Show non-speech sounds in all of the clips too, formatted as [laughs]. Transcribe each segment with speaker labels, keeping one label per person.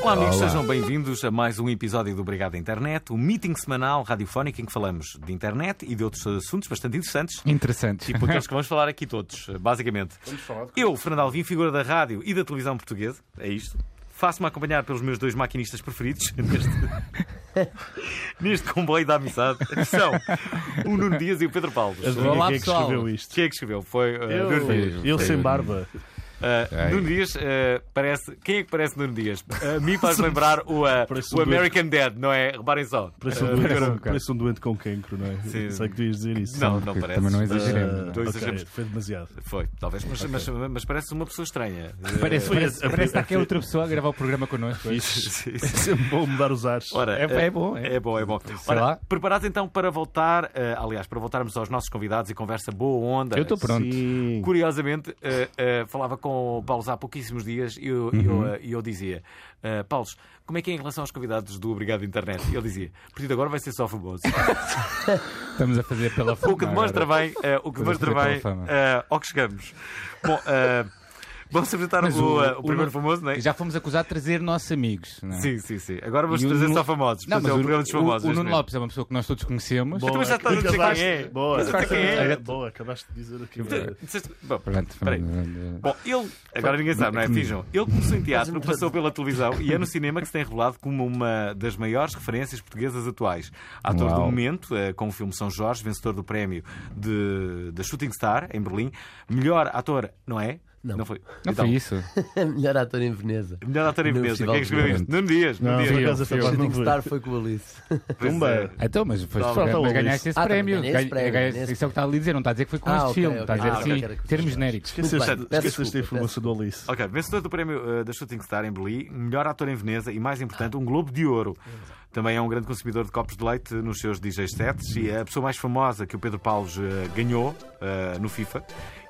Speaker 1: Olá, amigos,
Speaker 2: Olá.
Speaker 1: Um sejam bem-vindos a mais um episódio do Obrigado Internet, um meeting semanal radiofónico em que falamos de internet e de outros assuntos bastante interessantes,
Speaker 2: Interessante.
Speaker 3: [laughs]
Speaker 1: tipo aqueles que vamos falar aqui todos, basicamente. Eu, Fernando Alvim, figura da rádio e da televisão portuguesa, é isto. Faço-me acompanhar pelos meus dois maquinistas preferidos [laughs] neste, [laughs] neste comboio da amizade, que são o Nuno Dias e o Pedro Paulo.
Speaker 3: Adivinha
Speaker 2: Olá,
Speaker 3: quem é que
Speaker 2: pessoal.
Speaker 3: escreveu isto?
Speaker 1: Quem é que escreveu? Foi uh, Nuno
Speaker 3: Eu,
Speaker 1: Dias.
Speaker 3: eu sem barba.
Speaker 1: Uh,
Speaker 2: É
Speaker 1: Nuno Dias uh, parece. Quem é que parece Nuno Dias? A mim faz
Speaker 2: [laughs]
Speaker 1: lembrar o, uh, o
Speaker 3: Parece um doente.
Speaker 1: American Dad, não é? Reparem só.
Speaker 3: Parece um,
Speaker 1: Uh,
Speaker 3: doente,
Speaker 1: agora-
Speaker 3: com- parece um doente com cancro, não é?
Speaker 1: Sim.
Speaker 3: Sei que tu ias dizer isso.
Speaker 1: Não, não
Speaker 2: Porque
Speaker 1: parece.
Speaker 2: também não exageremos.
Speaker 3: Ah,
Speaker 1: Dois
Speaker 3: ok,
Speaker 1: exemplos.
Speaker 3: Foi demasiado.
Speaker 1: Foi, talvez, mas, mas, mas parece uma pessoa estranha. Ah,
Speaker 2: [laughs] Parece,
Speaker 3: Foi
Speaker 2: parece,
Speaker 3: a- a-
Speaker 2: parece que
Speaker 3: a-
Speaker 2: há aqui outra pessoa a gravar o programa connosco. hoje.
Speaker 1: Sim, sim.
Speaker 3: É [laughs] sempre bom mudar os ares.
Speaker 1: Ora,
Speaker 2: É-
Speaker 1: eh,
Speaker 2: é bom, é.
Speaker 1: é bom, é bom. Ora,
Speaker 2: lá.
Speaker 1: preparados então para voltar, eh, aliás, para voltarmos aos nossos convidados e conversa boa onda.
Speaker 2: Eu estou pronto.
Speaker 3: Sim.
Speaker 1: Curiosamente, eh, eh, falava com o Paulo há pouquíssimos dias e eu, e
Speaker 2: Uhum.
Speaker 1: eu, eh, e eu dizia: eh, Paulo, como é que é em relação aos convidados do Obrigado Internet? E ele dizia: a partir de agora vai ser só
Speaker 2: [laughs]
Speaker 1: famoso.
Speaker 2: Estamos a fazer pela fama.
Speaker 1: o que demonstra
Speaker 2: agora.
Speaker 1: bem, eh, o que
Speaker 2: Podemos
Speaker 1: demonstra
Speaker 2: fazer
Speaker 1: bem
Speaker 2: pela fama.
Speaker 1: eh, ao que chegamos. Bom, eh, vamos apresentar
Speaker 2: Mas
Speaker 1: o,
Speaker 2: o-
Speaker 1: eh, o
Speaker 2: o-
Speaker 1: primeiro famoso, não é?
Speaker 2: Já fomos acusados de trazer nossos amigos. Não é?
Speaker 1: Sim, sim, sim. Agora vamos
Speaker 2: E o
Speaker 1: trazer
Speaker 2: Nuno-
Speaker 1: só famosos.
Speaker 2: Não,
Speaker 1: Portanto, é o programa dos
Speaker 2: o-
Speaker 1: famosos.
Speaker 2: o
Speaker 1: neste
Speaker 2: Nuno
Speaker 1: momento.
Speaker 2: Lopes é uma pessoa que nós todos conhecemos.
Speaker 1: Boa. já estás a dizer
Speaker 3: acabaste-
Speaker 1: quem é.
Speaker 3: Boa,
Speaker 1: Já sabes quem é.
Speaker 3: Boa, acabaste de dizer é. aqui.
Speaker 1: Eh, Disseste- Bom,
Speaker 2: Pronto,
Speaker 1: peraí. Bom, ele, agora ninguém sabe, não é? Finjam. Ele começou em teatro, passou pela televisão e é no cinema que se tem revelado como uma das maiores referências portuguesas atuais. Ator do
Speaker 2: Uau.
Speaker 1: momento, eh, com o filme São Jorge, vencedor do prémio de, da Shooting Star, em Berlim. Melhor ator, não é?
Speaker 4: Não.
Speaker 1: foi.
Speaker 2: não
Speaker 1: Então,
Speaker 2: foi isso.
Speaker 4: É Melhor ator em Veneza.
Speaker 1: Melhor ator em
Speaker 4: No
Speaker 1: Veneza. Quem é que
Speaker 4: Festival de
Speaker 1: escreveu isto? Nuno Dias. Nuno
Speaker 3: Não,
Speaker 1: Dias.
Speaker 3: por
Speaker 2: eu,
Speaker 3: acaso essa
Speaker 2: fui eu.
Speaker 3: parte
Speaker 4: Shooting
Speaker 3: não foi.
Speaker 4: Star foi com o Alice.
Speaker 1: Pois
Speaker 3: Tumba.
Speaker 1: é.
Speaker 2: Então, mas, foi,
Speaker 1: Tá,
Speaker 3: tá,
Speaker 2: mas
Speaker 3: Luís.
Speaker 2: ganhaste esse
Speaker 4: Ah, também
Speaker 2: prémio.
Speaker 4: ganhei esse
Speaker 2: Ganhaste-
Speaker 4: prémio,
Speaker 2: ganhaste-
Speaker 4: ganhei esse
Speaker 2: Isso é o que está ali a dizer, não está a dizer que foi com
Speaker 4: Ah,
Speaker 2: este
Speaker 4: ok,
Speaker 2: filme. Está a
Speaker 4: ok.
Speaker 2: dizer
Speaker 4: Ah, ok,
Speaker 2: assim,
Speaker 4: ok, ok.
Speaker 2: termos genéricos.
Speaker 3: Esqueceste,
Speaker 4: Desculpa, peço
Speaker 3: esqueceste a
Speaker 4: desculpa,
Speaker 3: informação do Alice.
Speaker 1: Ok, vencedor do prémio eh, da Shooting Star em Berlim, melhor ator em Veneza e, mais importante, um Globo de Ouro. Também é um grande consumidor de copos de leite nos seus DJ sets e é a pessoa mais famosa que o Pedro Paulo ganhou eh, no FIFA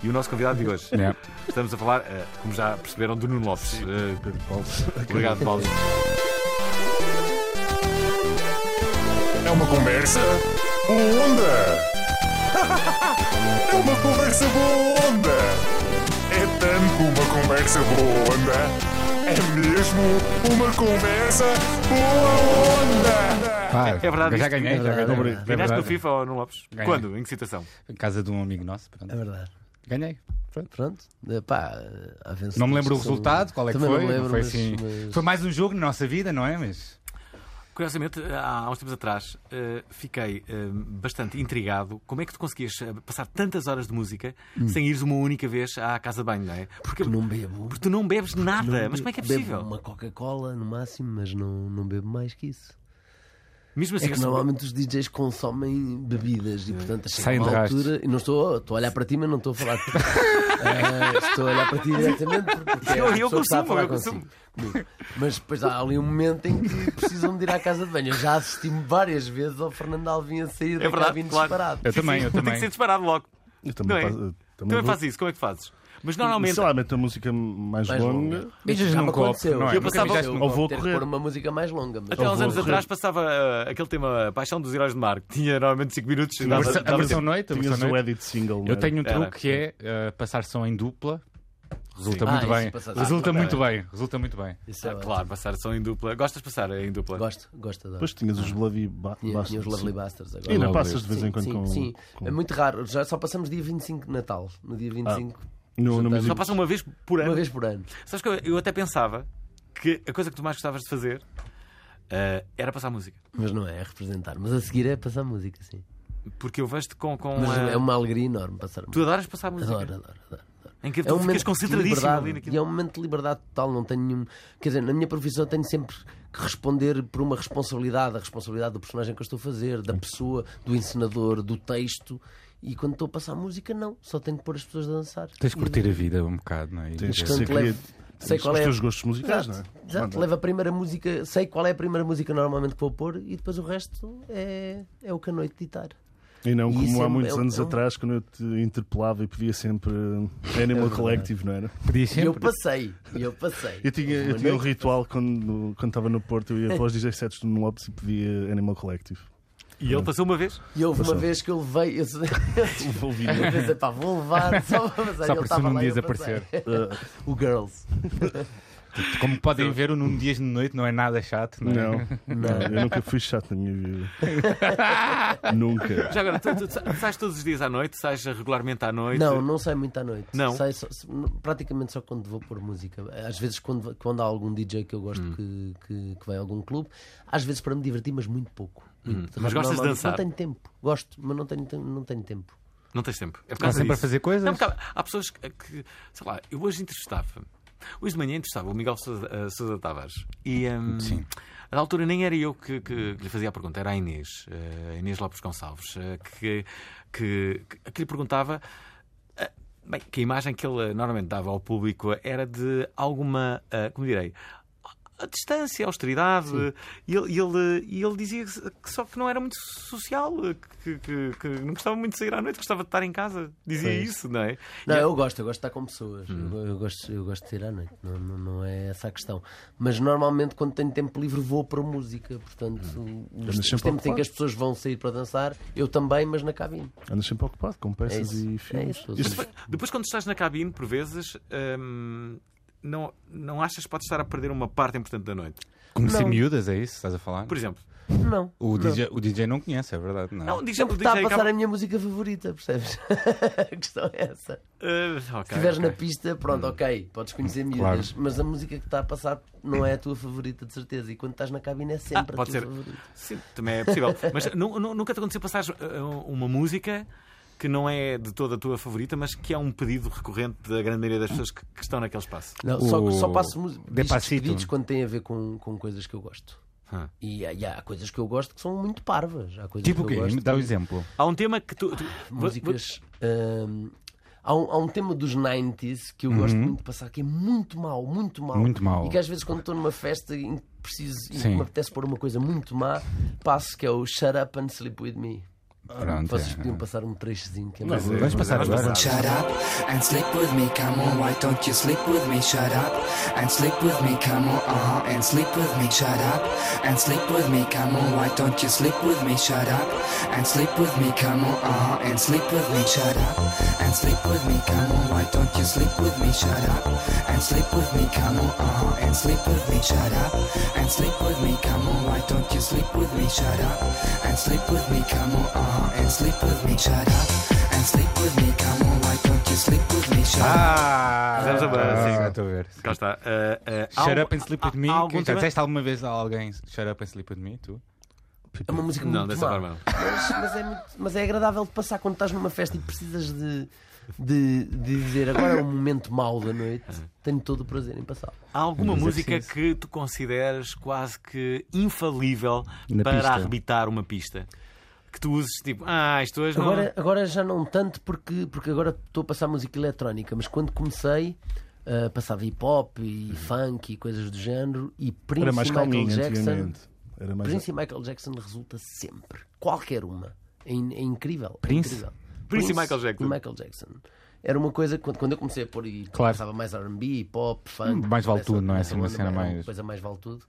Speaker 1: e o nosso convidado de hoje.
Speaker 2: É.
Speaker 1: Estamos a falar, eh, como já perceberam, do Nuno Lopes. Eh,
Speaker 3: Pedro Paulo.
Speaker 1: obrigado, Paulo.
Speaker 5: É uma conversa boa onda. [laughs] É uma conversa boa onda. É tanto uma conversa boa onda. É mesmo uma conversa boa onda.
Speaker 2: Pá,
Speaker 1: É verdade
Speaker 2: Ah, Já
Speaker 1: isto.
Speaker 2: ganhei,
Speaker 4: É
Speaker 2: já
Speaker 4: verdade, é
Speaker 2: ganhei.
Speaker 4: verdade.
Speaker 1: Ganhaste no
Speaker 2: verdade.
Speaker 1: FIFA ou Nuno Lopes?
Speaker 2: Ganhei.
Speaker 1: Quando? Em que situação?
Speaker 2: Em Casa de um amigo nosso. pronto.
Speaker 4: É verdade.
Speaker 2: Ganhei. Pronto.
Speaker 4: Pronto. Eh, Pá, há vencedores
Speaker 2: Não me lembro o
Speaker 4: que são-
Speaker 2: resultado, qual é que
Speaker 4: Também
Speaker 2: foi.
Speaker 4: Não me
Speaker 2: não
Speaker 4: lembro,
Speaker 2: foi,
Speaker 4: mas-
Speaker 2: assim.
Speaker 4: mas-
Speaker 2: foi mais um jogo na nossa vida, não é? Mas
Speaker 1: Curiosamente, eh, há há uns tempos atrás, eh, fiquei eh, bastante intrigado. Como é que tu conseguias eh, passar tantas horas de música sem ires uma única vez à casa de banho, não é? Porque,
Speaker 4: Não bebo.
Speaker 1: porque tu não bebes nada. Mas como é que é possível?
Speaker 4: Bebo uma Coca-Cola no máximo, mas não, não bebo mais que isso.
Speaker 1: Mesmo
Speaker 4: É
Speaker 1: assim,
Speaker 4: que normalmente os DJs consomem bebidas e, portanto,
Speaker 2: Saem
Speaker 4: chega uma
Speaker 2: de rastro.
Speaker 4: altura. e Não estou, estou a olhar para ti, mas não estou a falar de ti. Eh, estou a olhar para ti diretamente. Porque é
Speaker 1: Eu-
Speaker 4: a
Speaker 1: eu
Speaker 4: pessoa que está a
Speaker 1: consumo,
Speaker 4: falar
Speaker 1: eu
Speaker 4: consigo,
Speaker 1: consumo.
Speaker 4: comigo. Mas depois há ali um momento em que precisam de ir à casa de banho. Eu já assisti-me várias vezes ao Fernando Alvim a sair da
Speaker 1: verdade,
Speaker 4: cabine
Speaker 1: claro.
Speaker 4: disparado.
Speaker 3: É
Speaker 2: eu também, eu
Speaker 1: tem que
Speaker 2: também.
Speaker 1: ser disparado logo.
Speaker 3: Eu
Speaker 1: Não
Speaker 3: também
Speaker 1: é?
Speaker 3: faço.
Speaker 1: Também
Speaker 3: vou-
Speaker 1: fazes isso, como é que fazes? Mas normalmente.
Speaker 3: Sei lá, meto a música mais,
Speaker 4: Mais longa.
Speaker 3: longa.
Speaker 2: Beijas
Speaker 4: Já
Speaker 2: num
Speaker 4: me
Speaker 2: copo,
Speaker 4: aconteceu.
Speaker 2: não é?
Speaker 4: Eu
Speaker 2: Nunca
Speaker 1: passava-
Speaker 2: beijaste num
Speaker 3: Ou
Speaker 2: copo.
Speaker 3: vou
Speaker 4: Ter que
Speaker 3: correr.
Speaker 4: pôr uma música mais longa. Mas
Speaker 1: Até há uns
Speaker 3: vou
Speaker 1: anos
Speaker 3: correr.
Speaker 1: atrás passava eh, aquele tema Paixão dos Heróis de Mar, que tinha normalmente 5 minutos.
Speaker 2: A
Speaker 1: dava-
Speaker 2: versão- A
Speaker 1: dava
Speaker 2: versão
Speaker 1: tempo.
Speaker 2: noite, a
Speaker 3: Tinhas
Speaker 2: versão
Speaker 3: o
Speaker 2: noite.
Speaker 3: edit single. não
Speaker 2: Eu
Speaker 3: era?
Speaker 2: tenho um
Speaker 1: Era.
Speaker 2: truque que é eh, passar som em dupla. Resulta
Speaker 4: Ah,
Speaker 2: muito
Speaker 4: isso
Speaker 2: bem.
Speaker 4: passa-
Speaker 2: Resulta
Speaker 4: ah,
Speaker 2: muito bem. Resulta muito bem.
Speaker 4: Isso é ótimo.
Speaker 1: Claro, passar só em dupla. Gostas de passar em dupla?
Speaker 4: Gosto, gosto adoro.
Speaker 3: Depois tinhas os Bloody
Speaker 4: Ah. Tinha, tinha os Lovely
Speaker 3: Bastards.
Speaker 4: Bastards
Speaker 3: E
Speaker 4: agora.
Speaker 3: ainda
Speaker 2: Lovely.
Speaker 3: passas de vez em
Speaker 4: Sim,
Speaker 3: quando
Speaker 4: sim,
Speaker 3: com.
Speaker 4: sim.
Speaker 3: com-
Speaker 4: É muito raro. Já só passamos dia 25 de Natal. No dia 25,
Speaker 3: No, no
Speaker 4: Só um
Speaker 1: Só
Speaker 3: music...
Speaker 1: passa uma vez por ano.
Speaker 4: uma vez por ano.
Speaker 1: Sabes que eu, eu até pensava que a coisa que tu mais gostavas de fazer eh, era passar música.
Speaker 4: Mas não é, é representar. Mas a seguir é passar música, sim.
Speaker 1: Porque eu vejo-te com. com
Speaker 4: Mas
Speaker 1: eh,
Speaker 4: é uma alegria enorme passar
Speaker 1: Tu
Speaker 4: música.
Speaker 1: adoras passar música.
Speaker 4: Adoro, adoro, adoro. adoro.
Speaker 1: Em que
Speaker 4: É
Speaker 1: tu
Speaker 4: um
Speaker 1: ficas
Speaker 4: momento de
Speaker 1: concentradíssimo ali
Speaker 4: liberdade.
Speaker 1: naquilo.
Speaker 4: E é um momento de liberdade total. Não tenho nenhum. Quer dizer, na minha profissão eu tenho sempre que responder por uma responsabilidade. A responsabilidade do personagem que eu estou a fazer, da pessoa, do encenador, do texto. E quando estou a passar música, não. Só tenho que pôr as pessoas a dançar.
Speaker 2: Tens de curtir a vida um bocado, não é?
Speaker 3: Tens
Speaker 2: E-
Speaker 3: que
Speaker 4: Portanto,
Speaker 3: ser
Speaker 4: levo-
Speaker 3: criativo.
Speaker 4: sei
Speaker 3: Tens
Speaker 4: qual
Speaker 3: os
Speaker 4: é-
Speaker 3: teus gostos musicais,
Speaker 4: Exato,
Speaker 3: não é?
Speaker 4: exato.
Speaker 3: Pronto.
Speaker 4: Leva a primeira música, sei qual é a primeira música normalmente que vou pôr e depois o resto é, é o que a noite ditar.
Speaker 3: E não
Speaker 4: E isso
Speaker 3: como
Speaker 4: é
Speaker 3: há
Speaker 4: um-
Speaker 3: muitos
Speaker 4: é um-
Speaker 3: anos
Speaker 4: é um- É
Speaker 3: atrás, quando eu te interpelava e pedia sempre eh, Animal
Speaker 4: verdade.
Speaker 3: Collective, não era?
Speaker 2: Podias
Speaker 4: E eu
Speaker 2: é sempre.
Speaker 4: passei, e eu passei.
Speaker 3: Eu tinha, eu tinha um ritual quando quando estava no Porto, eu ia para os 17 do Lopes e pedia Animal
Speaker 4: [laughs]
Speaker 3: Collective.
Speaker 4: um-
Speaker 1: E ele passou uma vez.
Speaker 4: E houve uma
Speaker 3: Passou.
Speaker 4: vez que eu levei. Eu,
Speaker 3: Vou ouvir.
Speaker 4: eu pensei, pá, vou
Speaker 2: [laughs]
Speaker 4: levar só para passar.
Speaker 2: Só
Speaker 4: E ele
Speaker 2: para se
Speaker 4: estava
Speaker 2: um
Speaker 4: lá e
Speaker 2: dia
Speaker 4: eu passei.
Speaker 2: desaparecer.
Speaker 3: Eh,
Speaker 4: O Girls.
Speaker 2: [laughs] Como podem ver, o Nuno Dias de Noite não é nada chato, não é?
Speaker 3: não, não, eu nunca fui chato na minha
Speaker 4: [laughs]
Speaker 3: vida. nunca.
Speaker 1: Já agora, tu, tu sa- sais todos os dias à noite, sais regularmente à noite.
Speaker 4: Não, não sai muito à noite.
Speaker 1: Não?
Speaker 4: Saio só- se- n- praticamente só quando vou pôr música. Às vezes, quando, quando há algum DJ que eu gosto
Speaker 1: Hum.
Speaker 4: que, que, que vai a algum clube, às vezes para me divertir, mas muito pouco. Muito.
Speaker 1: Hum. Mas gostas de
Speaker 4: Normalmente
Speaker 1: dançar?
Speaker 4: Não tenho tempo. Gosto, mas não tenho, tem- não tenho tempo.
Speaker 1: Não tens tempo. É por
Speaker 2: Estás
Speaker 1: causa
Speaker 2: sempre a
Speaker 1: disso.
Speaker 2: fazer
Speaker 1: Não,
Speaker 2: coisas?
Speaker 1: porque há- há pessoas que, que- sei lá, eu hoje entrevistava, hoje de manhã entrevistava o Miguel Sousa, eh, Sousa Tavares e hum,
Speaker 2: Sim.
Speaker 1: na altura nem era eu que, que- que lhe fazia a pergunta, era a Inês, eh, a Inês Lopes Gonçalves, eh, que, que, que, que lhe perguntava eh, bem, que a imagem que ele eh, normalmente dava ao público era de alguma, eh, como direi, a distância, a austeridade, e ele, e ele, e ele dizia que- que só que não era muito social, que, que- que não gostava muito de sair à noite, gostava de estar em casa, dizia
Speaker 4: Pois.
Speaker 1: isso, não é? Hum.
Speaker 4: Não,
Speaker 1: E-
Speaker 4: eu gosto, eu gosto de estar com pessoas. Eu, eu gosto, eu gosto de sair à noite, não, não, não é essa a questão. Mas normalmente, quando tenho tempo livre, vou para música. Portanto,
Speaker 1: Hum.
Speaker 4: os,
Speaker 3: Andas sempre
Speaker 4: os tempos em que
Speaker 3: ocupado.
Speaker 4: as pessoas vão sair para dançar, eu também, mas na cabine.
Speaker 3: Andas sempre ocupado com
Speaker 4: É
Speaker 3: peças
Speaker 4: isso,
Speaker 3: e
Speaker 4: é
Speaker 3: filmes.
Speaker 4: isso.
Speaker 3: Isto-
Speaker 1: Depois, depois quando estás na cabine, por vezes, hum, não, não achas que podes estar a perder uma parte importante da noite?
Speaker 2: Conhecer
Speaker 4: Não.
Speaker 2: miúdas, é isso? que Estás a falar?
Speaker 1: Por exemplo,
Speaker 4: Não.
Speaker 2: O DJ, o DJ não conhece, é verdade. Não.
Speaker 1: não, diz
Speaker 4: Não,
Speaker 1: o
Speaker 4: porque está a
Speaker 1: DJ
Speaker 4: passar
Speaker 1: acaba...
Speaker 4: a minha música favorita, percebes? [laughs] a questão é essa.
Speaker 1: Ah, ok,
Speaker 4: Se estiveres
Speaker 1: ok. Hum.
Speaker 4: na pista, pronto, ok, podes conhecer
Speaker 2: Claro.
Speaker 4: miúdas, mas a música que está a passar não é a tua favorita, de certeza. E quando estás na cabine é sempre
Speaker 1: Ah,
Speaker 4: a
Speaker 1: pode
Speaker 4: tua
Speaker 1: ser.
Speaker 4: favorita.
Speaker 1: Sim, também é
Speaker 4: [laughs]
Speaker 1: possível. Mas nu- nu- nunca te aconteceu passar uma música que não é de toda a tua favorita, mas que é um pedido recorrente da grande maioria das pessoas que, que estão naquele espaço?
Speaker 4: Não, só,
Speaker 2: O
Speaker 4: só passo música.
Speaker 2: Despacito. Ah.
Speaker 4: pedidos quando tem a ver com, com coisas que eu gosto.
Speaker 1: Hum.
Speaker 4: E, há- e há coisas que eu gosto que são muito parvas. Há coisas
Speaker 2: Tipo o
Speaker 4: que
Speaker 2: quê?
Speaker 4: eu gosto.
Speaker 2: Dá um exemplo.
Speaker 1: Há um tema que tu. tu-
Speaker 4: músicas. hum, há, um, há um tema dos 90s que eu gosto muito de passar, que é muito mau, muito mau.
Speaker 2: Uhum. Muito mau.
Speaker 4: E que às vezes, quando estou numa festa em que preciso, em que
Speaker 2: Sim.
Speaker 4: me apetece pôr uma coisa muito má, passo que é o Shut Up and Sleep With Me.
Speaker 2: Pronto.
Speaker 4: Vocês podiam
Speaker 2: é.
Speaker 4: passar um trechozinho que é
Speaker 3: Mas
Speaker 4: mais.
Speaker 2: Vamos passar
Speaker 1: Vamos
Speaker 2: agora.
Speaker 1: passar.
Speaker 6: Shut up and sleep with me, come on. Why don't you sleep with me? Shut up and sleep with me, come on. Uh huh. And sleep with me. Shut up and sleep with me, come on. Why don't you sleep with me? Shut up and sleep with me, come on. Uh huh. And sleep with me. Shut up and sleep with me, come on. Why don't you sleep with me? Shut up and sleep with me, come on. Uh huh. And sleep with me. Shut up and sleep with me, come on. Why don't you sleep with me? Shut up and sleep with me, come on. Uh huh. And sleep with me. Shut up and sleep with me, come on. Why don't you sleep with me? Shut up.
Speaker 2: Ah!
Speaker 1: Vamos a- sim.
Speaker 2: já estou a ver.
Speaker 1: Cá está. Ah, ah, há
Speaker 2: Shut
Speaker 1: um-
Speaker 2: up and sleep
Speaker 1: há-
Speaker 2: with me.
Speaker 1: há algum
Speaker 2: que Já
Speaker 1: tema-
Speaker 2: disseste alguma vez a alguém shut up and sleep with me? Tu?
Speaker 4: É uma música
Speaker 1: Não,
Speaker 4: muito
Speaker 1: dessa
Speaker 4: má.
Speaker 1: forma não.
Speaker 4: Mas, mas é muito- mas é agradável de passar quando estás numa festa e precisas de, de, de dizer agora é um momento mau da noite. Tenho todo o prazer em passar.
Speaker 1: Há alguma
Speaker 2: Vamos dizer
Speaker 1: música
Speaker 2: que sim.
Speaker 1: que tu consideres quase que infalível
Speaker 2: Na
Speaker 1: para
Speaker 2: pista.
Speaker 1: arrebitar uma pista? Que tu uses tipo, ah, isto hoje não.
Speaker 4: Agora, agora já não tanto porque, porque agora estou a passar música eletrónica, mas quando comecei ah, passava hip hop e funk e coisas do género e Prince
Speaker 3: Era mais
Speaker 4: e Michael
Speaker 3: calminho
Speaker 4: Jackson.
Speaker 3: antigamente. Era mais.
Speaker 2: é.
Speaker 4: Prince e Michael Jackson resulta sempre. Qualquer uma. É, in- é incrível. é
Speaker 2: Prince?
Speaker 4: incrível.
Speaker 1: Prince e Michael Jackson.
Speaker 4: e Michael Jackson. Era uma coisa, quando, quando eu comecei a pôr e
Speaker 2: Claro.
Speaker 4: passava mais RB, hip hop, funk.
Speaker 2: Mais vale
Speaker 4: nessa-
Speaker 2: tudo, não é?
Speaker 4: nessa
Speaker 2: Assim, uma
Speaker 4: onda,
Speaker 2: cena
Speaker 4: era
Speaker 2: mais-
Speaker 4: coisa mais vale tudo.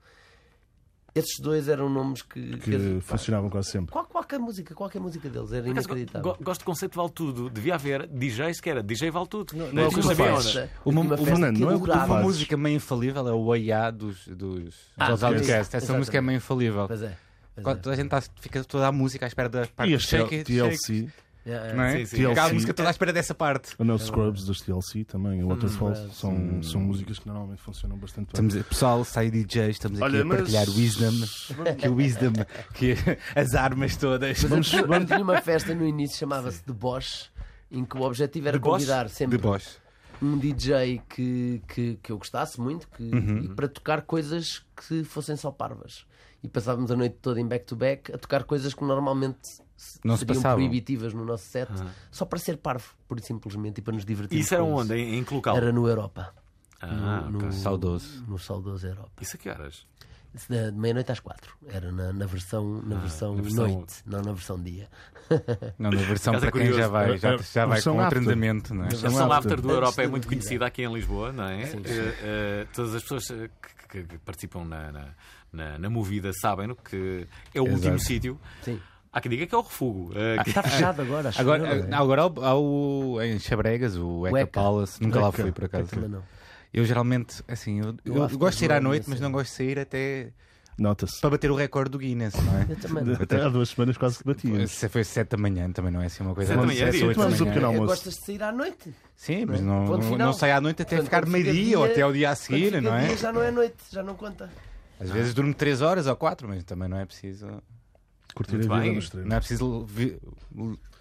Speaker 4: Esses dois eram nomes que.
Speaker 3: Que
Speaker 4: que-
Speaker 3: funcionavam quase sempre.
Speaker 4: qual- qualquer música, qualquer música deles era
Speaker 1: Por acaso,
Speaker 4: inacreditável.
Speaker 1: go- Gosto do conceito de Vale Tudo. Devia haver DJs que era DJ Vale Tudo.
Speaker 4: Não,
Speaker 1: Isso
Speaker 4: eu tive
Speaker 1: sabia, ou
Speaker 4: uma
Speaker 1: não? é
Speaker 4: festa, eu
Speaker 2: Uma-
Speaker 4: tive uma
Speaker 2: o
Speaker 4: festa
Speaker 3: Fernando,
Speaker 4: que
Speaker 3: não é o que tu
Speaker 4: adorava.
Speaker 2: Uma
Speaker 3: fazes.
Speaker 2: música meio infalível é o AIA dos, dos,
Speaker 4: Ah,
Speaker 2: dos outcasts.
Speaker 4: pois,
Speaker 2: Essa música é
Speaker 4: exatamente.
Speaker 2: meio infalível.
Speaker 4: Pois é. pois
Speaker 2: Quando toda a gente tá- fica toda a música à espera da parte
Speaker 3: E
Speaker 2: do
Speaker 3: as TLC,
Speaker 4: é. É, é.
Speaker 2: Não é?
Speaker 1: Sim, sim.
Speaker 2: Fica a
Speaker 3: TLC.
Speaker 2: música toda à espera dessa parte.
Speaker 3: ou não, Scrubs das TLC também, o Waterfall,
Speaker 4: verdade.
Speaker 3: são, são músicas que normalmente funcionam bastante bem.
Speaker 2: Estamos, pessoal, sai DJs, estamos aqui
Speaker 3: Olha,
Speaker 2: a
Speaker 3: mas-
Speaker 2: partilhar wisdom, que é o wisdom, que [laughs] as armas todas.
Speaker 4: Mas eu- eu tinha uma festa no início, chamava-se The Bosch, em que o objetivo era
Speaker 1: The Bosch?
Speaker 4: convidar sempre
Speaker 2: De Bosch.
Speaker 4: um DJ que, que, que eu gostasse muito que, e para tocar coisas que fossem só parvas. E passávamos a noite toda em back-to-back a tocar coisas que normalmente se-
Speaker 2: Não se
Speaker 4: seriam
Speaker 2: passavam.
Speaker 4: proibitivas no nosso set, só para ser parvo, por simplesmente, e para nos divertir.
Speaker 1: Isso era onde? Em, em que local?
Speaker 4: Era no Europa,
Speaker 1: Ah,
Speaker 4: no-
Speaker 1: ok.
Speaker 2: Saudoso.
Speaker 4: no saudoso Europa.
Speaker 1: Isso a que horas?
Speaker 4: Isso Da de meia-noite às quatro. Era na, na versão, na versão
Speaker 1: na versão-
Speaker 4: noite, não na versão dia.
Speaker 2: Não, na versão
Speaker 1: Por acaso é
Speaker 2: para quem já
Speaker 1: curioso.
Speaker 2: vai, já,
Speaker 3: Era-
Speaker 2: já vai
Speaker 3: versão
Speaker 2: com outro
Speaker 3: after.
Speaker 2: andamento, não é?
Speaker 1: A
Speaker 4: um
Speaker 1: versão after do
Speaker 4: Antes
Speaker 1: Europa é
Speaker 4: da
Speaker 1: muito
Speaker 4: bebida.
Speaker 1: conhecida aqui em Lisboa, não é?
Speaker 4: Sim, sim.
Speaker 1: Eh, eh, todas as pessoas eh, que, que- que participam na, na, na, na movida sabem no que é o último
Speaker 2: Exato.
Speaker 1: sítio.
Speaker 4: Sim.
Speaker 1: Há quem diga que é o refugo. eh,
Speaker 4: [laughs]
Speaker 1: que- [laughs]
Speaker 4: Está fechado agora, acho
Speaker 2: Agora, eh,
Speaker 4: eu, não é?
Speaker 2: agora há o- há o, em Xabregas, o Eca
Speaker 4: Eca.
Speaker 2: Palace, nunca lá
Speaker 3: Eca.
Speaker 2: fui por acaso.
Speaker 4: Também não.
Speaker 2: Eu geralmente, assim, eu,
Speaker 4: Eu
Speaker 2: eu
Speaker 4: acho que
Speaker 2: gosto de sair à
Speaker 4: não ia
Speaker 2: noite, mas
Speaker 4: ser.
Speaker 2: não gosto de sair até
Speaker 3: Nota-se.
Speaker 2: para bater o recorde do Guinness, não
Speaker 4: [laughs]
Speaker 2: é?
Speaker 4: Eu também não.
Speaker 3: Até há duas semanas quase que batíamos.
Speaker 2: Se foi 7 da manhã, também não é assim uma coisa.
Speaker 1: Sete da manhã,
Speaker 2: Sete,
Speaker 1: dias.
Speaker 2: oito
Speaker 3: Tu és o pequeno almoço.
Speaker 4: Gostas de sair à noite?
Speaker 2: Sim, mas não,
Speaker 4: É. Ponto
Speaker 2: não,
Speaker 4: final.
Speaker 2: não sai à noite até
Speaker 4: Portanto,
Speaker 2: ficar
Speaker 4: quando fica
Speaker 2: meio-dia
Speaker 4: dia-
Speaker 2: ou até ao dia a
Speaker 4: Quando
Speaker 2: seguir,
Speaker 4: fica
Speaker 2: não é?
Speaker 4: dia, Já não é noite, já não conta.
Speaker 2: Às vezes durmo 3 horas ou 4, mas também não é preciso.
Speaker 3: Curtir
Speaker 1: Muito
Speaker 3: a vida
Speaker 1: bem.
Speaker 3: no extremo.
Speaker 2: Não é preciso vi-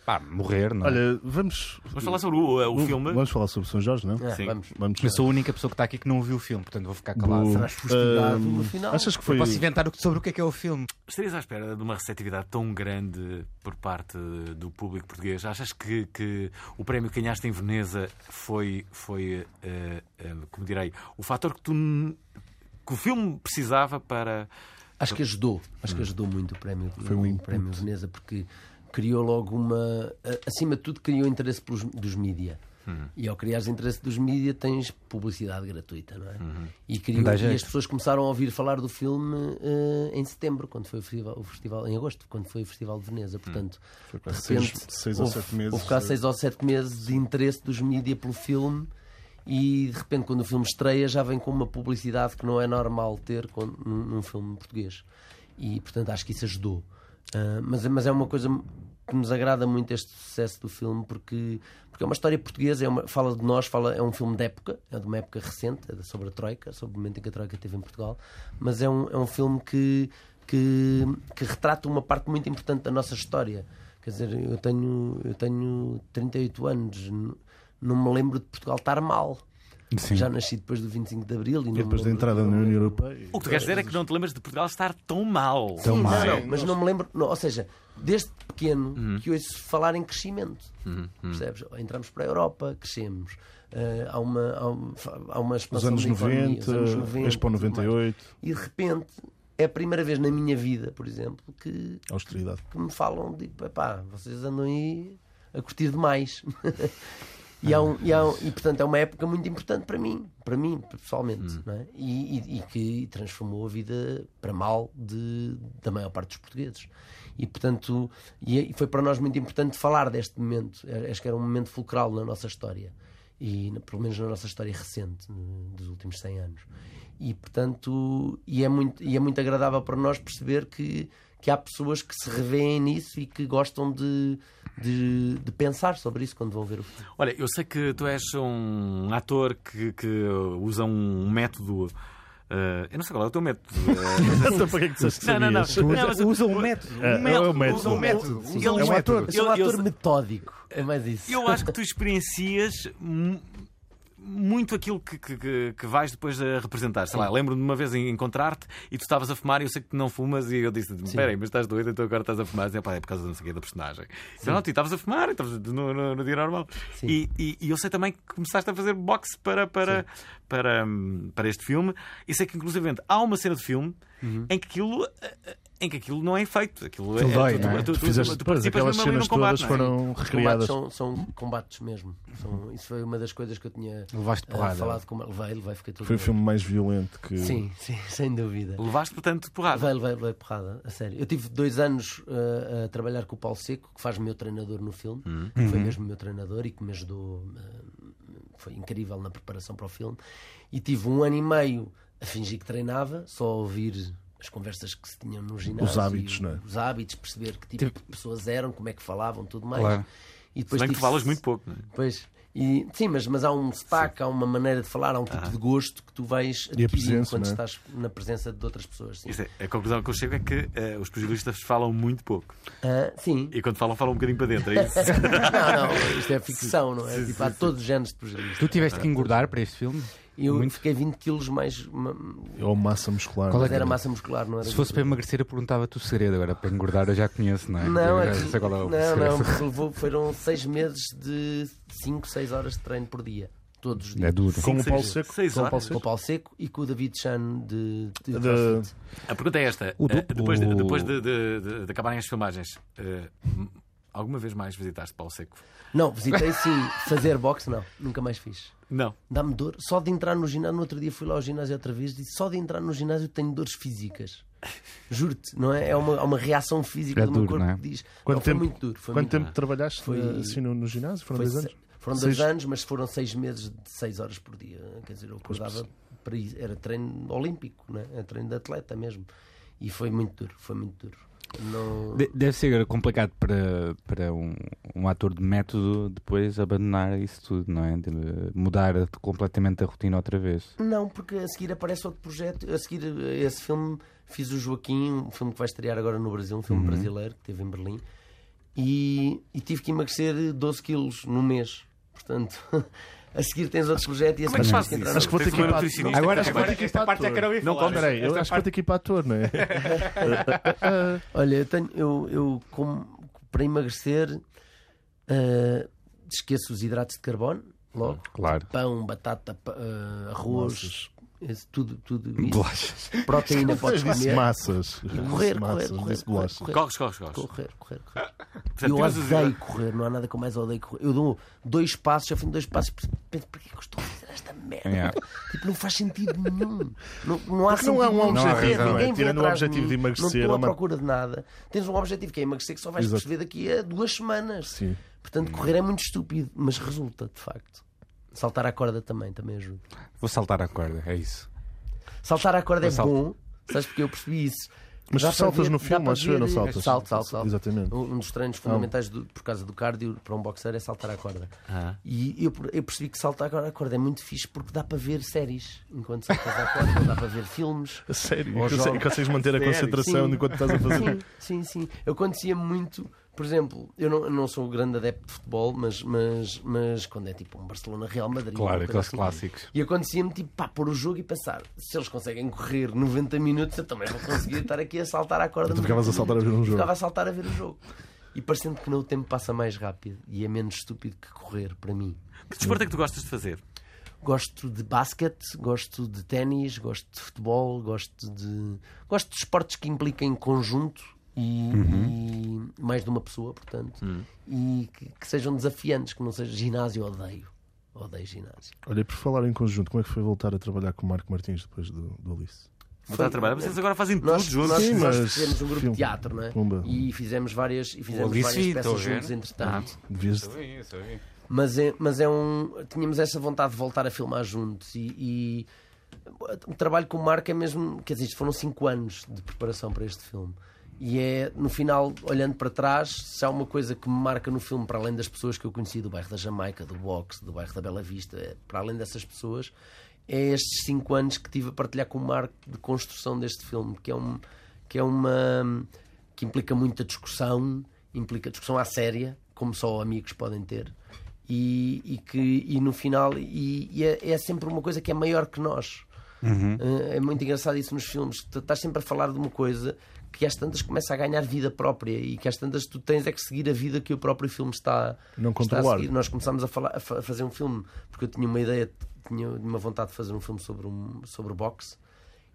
Speaker 2: pá, morrer, não é?
Speaker 3: Olha, vamos.
Speaker 1: Vamos falar sobre o, eh, o filme.
Speaker 3: Vamos falar sobre São Jorge, não?
Speaker 4: Ah,
Speaker 1: Sim.
Speaker 4: Vamos.
Speaker 3: Vamos.
Speaker 2: Eu sou a única pessoa que está aqui que não viu o filme, portanto vou ficar calado. Será
Speaker 3: Boa.
Speaker 4: Serás fustigado
Speaker 3: Ahm,
Speaker 4: no final.
Speaker 3: um, Achas que foi.
Speaker 2: que Posso inventar o que- sobre o que é que é o filme?
Speaker 1: Estarias à espera de uma receptividade tão grande por parte do público português? Achas que, que o prémio que ganhaste em Veneza foi, foi eh, eh, como direi, o fator que tu n- que o filme precisava para.
Speaker 4: Acho que ajudou, acho que ajudou muito o prémio, Foi
Speaker 3: um input.
Speaker 4: prémio Veneza, porque criou logo uma. a- Acima de tudo, criou interesse pelos, dos mídia.
Speaker 3: Uhum.
Speaker 4: E ao criares interesse dos mídia, tens publicidade gratuita, não é?
Speaker 3: Uhum.
Speaker 4: E, criou-
Speaker 2: Dá
Speaker 4: e
Speaker 2: jeito.
Speaker 4: as pessoas começaram a ouvir falar do filme eh, em setembro, quando foi o festival, o festival, em agosto, quando foi o Festival de Veneza. Portanto,
Speaker 3: Hum. Foi
Speaker 4: de
Speaker 3: quase
Speaker 4: repente,
Speaker 3: seis- seis ou
Speaker 4: houve-
Speaker 3: sete meses,
Speaker 4: Houve cá
Speaker 3: eh,
Speaker 4: seis ou sete meses de interesse dos mídia pelo filme. E de repente, quando o filme estreia, já vem com uma publicidade que não é normal ter quando- num, num filme português. E portanto, acho que isso ajudou. Ah, mas, mas é uma coisa que nos agrada muito este sucesso do filme, porque, porque é uma história portuguesa, é uma- fala de nós, fala, é um filme de época, é de uma época recente, é sobre a Troika, sobre o momento em que a Troika esteve em Portugal. Mas é um, é um filme que, que, que retrata uma parte muito importante da nossa história. Quer dizer, eu tenho, eu tenho 38 anos, n- não me lembro de Portugal estar mal. Já nasci depois do 25 de Abril e, não me
Speaker 3: E depois da
Speaker 4: lembro-
Speaker 3: entrada na União Europeia.
Speaker 1: O que tu queres dizer é que não te lembras de Portugal estar tão mal.
Speaker 2: Tão
Speaker 4: Sim,
Speaker 2: mal.
Speaker 4: não, não, mas não me lembro. não, ou seja, desde pequeno
Speaker 3: Uhum.
Speaker 4: que ouço falar em crescimento. Percebes? Entramos para a Europa, crescemos. Eh, há, uma, há, um- há uma
Speaker 3: Os
Speaker 4: expansão
Speaker 3: anos
Speaker 4: da economia, os
Speaker 3: 90,
Speaker 4: anos
Speaker 3: Expo
Speaker 4: e tudo mais.
Speaker 3: 98,
Speaker 4: E de repente, é a primeira vez na minha vida, por exemplo, que
Speaker 3: austeridade.
Speaker 4: que me falam de pá, vocês andam aí a curtir demais. [laughs] e, há um- e há um- e, portanto é uma época muito importante para mim, para mim pessoalmente, não é? e, e- e que transformou a vida para mal de, da maior parte dos portugueses. E portanto e e foi para nós muito importante falar deste momento. Eh, Acho que era um momento fulcral na nossa história e na- pelo menos na nossa história recente no- dos últimos 100 anos e portanto e é muito e é muito agradável para nós perceber que que há pessoas que se revêem nisso e que gostam de, de, de pensar sobre isso quando vão ver o filme.
Speaker 1: Olha, eu sei que tu és um ator que, que usa um método. eh, eu não sei qual é o teu método. eh,
Speaker 3: Então, para que é que disseste que
Speaker 1: [laughs] Não, não, não.
Speaker 3: sabias?
Speaker 1: Não, mas-
Speaker 2: Usa um método.
Speaker 3: É, é o método.
Speaker 1: usa um método.
Speaker 4: Sim,
Speaker 1: Ele-
Speaker 4: é um
Speaker 2: ator.
Speaker 4: Eu sou um
Speaker 1: Eu- eu-
Speaker 4: ator metódico, é mais isso.
Speaker 1: Eu acho que tu experiencias mu- muito aquilo que, que- que- que vais depois a representar. Sei lá, lembro-me de uma vez em- encontrar-te e tu estavas a fumar e eu sei que tu não fumas e eu disse peraí, mas estás doido, então agora estás a fumar. E, eu, "Pá, é por causa de não sei o quê, da personagem. E, não, tu estavas a fumar, estavas no, no- no dia normal. E, e- e eu sei também que começaste a fazer boxe para, para, para, hum, para este filme e sei que inclusivamente há uma cena de filme
Speaker 3: Uhum.
Speaker 1: em que aquilo... eh, eh, Em que aquilo não é feito. Aquilo é,
Speaker 2: dói,
Speaker 1: tu-
Speaker 2: não é?
Speaker 1: tu- tu- tu
Speaker 3: Fizeste depois,
Speaker 1: participas
Speaker 3: aquelas
Speaker 1: mesmo ali num
Speaker 3: cenas
Speaker 1: combate,
Speaker 3: todas
Speaker 1: não é?
Speaker 3: foram
Speaker 4: Os combates
Speaker 3: recriadas.
Speaker 4: são, são combates mesmo. São- isso foi uma das coisas que eu tinha
Speaker 2: Levaste
Speaker 4: eh,
Speaker 2: porrada.
Speaker 4: falado com Levei, levei, fiquei todo.
Speaker 3: Foi o filme mais violento que.
Speaker 4: Sim, sim, [laughs] sem dúvida.
Speaker 1: Levaste, portanto, porrada.
Speaker 4: Levei, levei, levei porrada, a sério. Eu tive dois anos eh, a trabalhar com o Paulo Seco, que faz meu treinador no filme,
Speaker 1: Hum.
Speaker 4: que
Speaker 3: Uhum.
Speaker 4: foi mesmo meu treinador e que me ajudou, eh, foi incrível na preparação para o filme. E tive um ano e meio a fingir que treinava, só a ouvir as conversas que se tinham no ginásio.
Speaker 3: hábitos, não é?
Speaker 4: Os hábitos, perceber que tipo de pessoas eram, como é que falavam, tudo mais.
Speaker 2: Claro.
Speaker 4: E depois
Speaker 1: Tipo- Bem que
Speaker 4: tive-
Speaker 1: falas muito pouco, não é?
Speaker 4: Pois. E E, sim, mas, mas há um sotaque, há uma maneira de falar, há um tipo
Speaker 1: Ah.
Speaker 4: de gosto que tu vais
Speaker 3: E a
Speaker 4: adquirindo
Speaker 3: presença,
Speaker 4: quando
Speaker 3: não é?
Speaker 4: estás na presença de outras pessoas. Sim,
Speaker 1: Isto é, a conclusão que eu chego é que eh, os pugilistas falam muito pouco.
Speaker 4: Ah, sim.
Speaker 1: E quando falam, falam um bocadinho para dentro. É isso?
Speaker 4: [laughs] não, não, isto é ficção, não é? tipo, há todos os géneros de pugilistas.
Speaker 2: Tu tiveste que engordar para este filme?
Speaker 4: Eu
Speaker 2: Muito.
Speaker 4: fiquei 20 quilos mais. ma- Mas
Speaker 3: Ou massa muscular.
Speaker 2: Qual é que
Speaker 4: era massa muscular, não era?
Speaker 2: Se fosse para emagrecer, eu perguntava-te o segredo. Agora, para engordar, eu já conheço, não é?
Speaker 4: Não,
Speaker 2: Eu
Speaker 4: é
Speaker 2: já
Speaker 4: que-
Speaker 2: sei qual é o
Speaker 4: não,
Speaker 2: segredo.
Speaker 4: não, porque levou- foram seis meses de 5, 6 horas de treino por dia. Todos os dias.
Speaker 2: É duro.
Speaker 3: Com o
Speaker 1: Seis-
Speaker 3: Paulo Seco.
Speaker 1: seis
Speaker 3: Com o
Speaker 1: horas.
Speaker 3: Paulo
Speaker 4: Com o
Speaker 3: Seco.
Speaker 4: Paulo Seco e com o David Chan de, de
Speaker 3: De-
Speaker 4: CrossFit.
Speaker 1: A pergunta é esta:
Speaker 2: O
Speaker 1: Eh,
Speaker 2: duplo-
Speaker 1: depois, de, depois de, de- de- de acabarem as filmagens, eh, m- alguma vez mais visitaste Paulo Seco?
Speaker 4: Não, visitei sim. Fazer boxe, não. Nunca mais fiz.
Speaker 1: Não.
Speaker 4: Dá-me dor. Só de entrar no ginásio. No outro dia fui lá ao ginásio outra vez. Disse só de entrar no ginásio tenho dores físicas. Juro-te, não é? É uma, é uma reação física
Speaker 2: É
Speaker 4: do meu
Speaker 2: duro,
Speaker 4: corpo
Speaker 2: não é?
Speaker 4: que diz.
Speaker 3: Quanto
Speaker 4: não, foi
Speaker 3: tempo-
Speaker 4: muito duro. Foi
Speaker 3: Quanto
Speaker 4: muito
Speaker 3: tempo trabalhaste
Speaker 4: Foi-
Speaker 3: eh, assim no, no ginásio? Foram
Speaker 4: Foi
Speaker 3: dois
Speaker 4: se-
Speaker 3: anos?
Speaker 4: Foram dois
Speaker 3: Seis-
Speaker 4: anos, mas foram seis meses de seis horas por dia. Quer dizer, eu acordava para ir- Era treino olímpico, né? era treino de atleta mesmo. E foi muito duro, foi muito duro. Não...
Speaker 2: De- Deve ser complicado para, para um, um ator de método depois abandonar isso tudo, não é? De mudar completamente a rotina outra vez.
Speaker 4: Não, porque a seguir aparece outro projeto. A seguir a esse filme fiz o Joaquim, um filme que vai estrear agora no Brasil, um filme brasileiro que teve em Berlim. E, e tive que emagrecer 12 quilos no mês. Portanto, [laughs] a seguir tens outro projeto e a
Speaker 1: Como é que
Speaker 4: seguir tens
Speaker 1: fazes
Speaker 4: que
Speaker 1: isso?
Speaker 4: entrar
Speaker 3: Acho que vou
Speaker 1: Tens
Speaker 3: ter que
Speaker 1: uma
Speaker 3: ir para-
Speaker 1: nutricionista
Speaker 2: Agora-
Speaker 1: que-
Speaker 2: agora- esta parte é que era o
Speaker 3: Não,
Speaker 2: falar.
Speaker 3: peraí, eu
Speaker 2: Esta
Speaker 3: acho que vou ter que ir para ator, não é?
Speaker 4: Olha, eu tenho, eu, eu como, para emagrecer ah, esqueço os hidratos de carbono, logo.
Speaker 2: Claro.
Speaker 4: Pão, batata, pa- ah, arroz, esse, tudo, tudo isso.
Speaker 2: Bolachas.
Speaker 4: Proteína podes
Speaker 3: Eu disse
Speaker 4: comer.
Speaker 3: massas. Eu
Speaker 4: E
Speaker 3: disse
Speaker 4: correr, correr,
Speaker 3: massas,
Speaker 4: correr,
Speaker 3: disse
Speaker 4: correr,
Speaker 3: bolachas.
Speaker 4: correr,
Speaker 1: Corres, corres, corres.
Speaker 4: correr, correr, correr.
Speaker 1: Portanto,
Speaker 4: eu
Speaker 1: tivemos os-
Speaker 4: odeio correr, não há nada que eu mais odeio correr. Eu dou dois passos, ao fim de dois passos, penso, porquê que eu estou a fazer esta merda?
Speaker 2: Yeah.
Speaker 4: [laughs] Tipo, não faz sentido nenhum. Não, não há
Speaker 3: Porque não há
Speaker 4: sentido
Speaker 3: um
Speaker 4: nenhum.
Speaker 3: objetivo,
Speaker 4: Ninguém
Speaker 3: não é?
Speaker 4: vem
Speaker 3: Tirando o
Speaker 4: atrás
Speaker 3: objetivo
Speaker 4: mim,
Speaker 3: de emagrecer, é
Speaker 4: Não estou à
Speaker 3: uma-
Speaker 4: procura de nada. Tens um objetivo que é emagrecer, que só vais
Speaker 3: Exato.
Speaker 4: perceber daqui a duas semanas.
Speaker 3: Sim.
Speaker 4: Portanto, correr é muito estúpido, mas resulta, de facto. Saltar à corda também, também ajuda.
Speaker 2: Vou saltar a corda, é isso.
Speaker 4: Saltar à corda é
Speaker 2: sal-
Speaker 4: bom, sabes porque eu percebi isso.
Speaker 3: Mas
Speaker 4: Dá
Speaker 3: tu
Speaker 4: para
Speaker 3: saltas
Speaker 4: ver-
Speaker 3: no
Speaker 4: dá
Speaker 3: filme,
Speaker 4: para
Speaker 3: acho eu,
Speaker 4: ver-
Speaker 3: não saltas?
Speaker 4: Salto, salto, salto.
Speaker 3: Exatamente. Ah.
Speaker 4: Um um dos treinos fundamentais do- por causa do cardio para um boxeiro é saltar à corda. E eu, eu percebi que saltar à corda é muito fixe porque dá para ver séries enquanto saltas à corda, dá para ver filmes.
Speaker 3: A Sério,
Speaker 4: Ou
Speaker 3: Conse-
Speaker 4: jogos.
Speaker 3: consegues manter a
Speaker 1: Sério,
Speaker 3: concentração
Speaker 4: sim.
Speaker 3: enquanto estás a fazer.
Speaker 4: Sim, sim, sim. Acontecia muito, por exemplo, eu não, eu não sou um grande adepto de futebol, mas, mas, mas quando é tipo um Barcelona-Real Madrid, uma
Speaker 2: Claro,
Speaker 4: coisa
Speaker 2: aqueles
Speaker 4: assim,
Speaker 2: clássicos.
Speaker 4: E acontecia-me tipo, pá, pôr o jogo e pensar: se eles conseguem correr 90 minutos, eu também vou conseguir estar aqui a saltar à corda.
Speaker 3: Tu ficavas a saltar a ver um jogo.
Speaker 4: Ficava a saltar a ver o jogo. E parecendo que não, o tempo passa mais rápido e é menos estúpido que correr, para mim.
Speaker 1: Que desporto é que tu gostas de fazer?
Speaker 4: Gosto de basquete, gosto de ténis, gosto de futebol, gosto de. Gosto de esportes que implicam conjunto e,
Speaker 3: Uhum.
Speaker 4: e mais de uma pessoa, portanto,
Speaker 3: Hum.
Speaker 4: e que, que sejam desafiantes, que não seja ginásio, odeio. Odeio ginásio.
Speaker 3: Olha, e por falar em conjunto, como é que foi voltar a trabalhar com o Marco Martins depois do, do Alice?
Speaker 1: Voltar a trabalhar? Vocês agora fazem tudo
Speaker 4: Nós,
Speaker 1: juntos.
Speaker 4: nós,
Speaker 3: Sim,
Speaker 4: nós
Speaker 3: mas
Speaker 4: fizemos um grupo
Speaker 3: filme.
Speaker 4: de teatro, não é?
Speaker 3: Pumba.
Speaker 4: E fizemos várias, e fizemos
Speaker 2: Alice,
Speaker 4: várias
Speaker 2: estou a
Speaker 4: peças
Speaker 2: ver.
Speaker 4: juntos, entretanto.
Speaker 3: Devias
Speaker 4: Mas é, mas é um. Tínhamos essa vontade de voltar a filmar juntos e. e o trabalho com o Marco é mesmo. Quer dizer, isto foram 5 anos de preparação para este filme. E é, no final, olhando para trás, se há uma coisa que me marca no filme, para além das pessoas que eu conheci do bairro da Jamaica, do boxe, do bairro da Bela Vista, é, para além dessas pessoas, é estes 5 anos que tive a partilhar com o Marco de construção deste filme, que é, um, que é uma. que implica muita discussão, implica discussão à séria, como só amigos podem ter e, e que e no final e, e é, é sempre uma coisa que é maior que nós
Speaker 3: Uhum.
Speaker 4: Eh, é muito engraçado isso nos filmes Tu estás sempre a falar de uma coisa que às tantas começa a ganhar vida própria e que às tantas tu tens é que seguir a vida que o próprio filme está,
Speaker 3: Não
Speaker 4: está a
Speaker 3: controlar.
Speaker 4: seguir nós começámos a, falar, a fa- a fazer um filme porque eu tinha uma ideia tinha uma vontade de fazer um filme sobre um, sobre boxe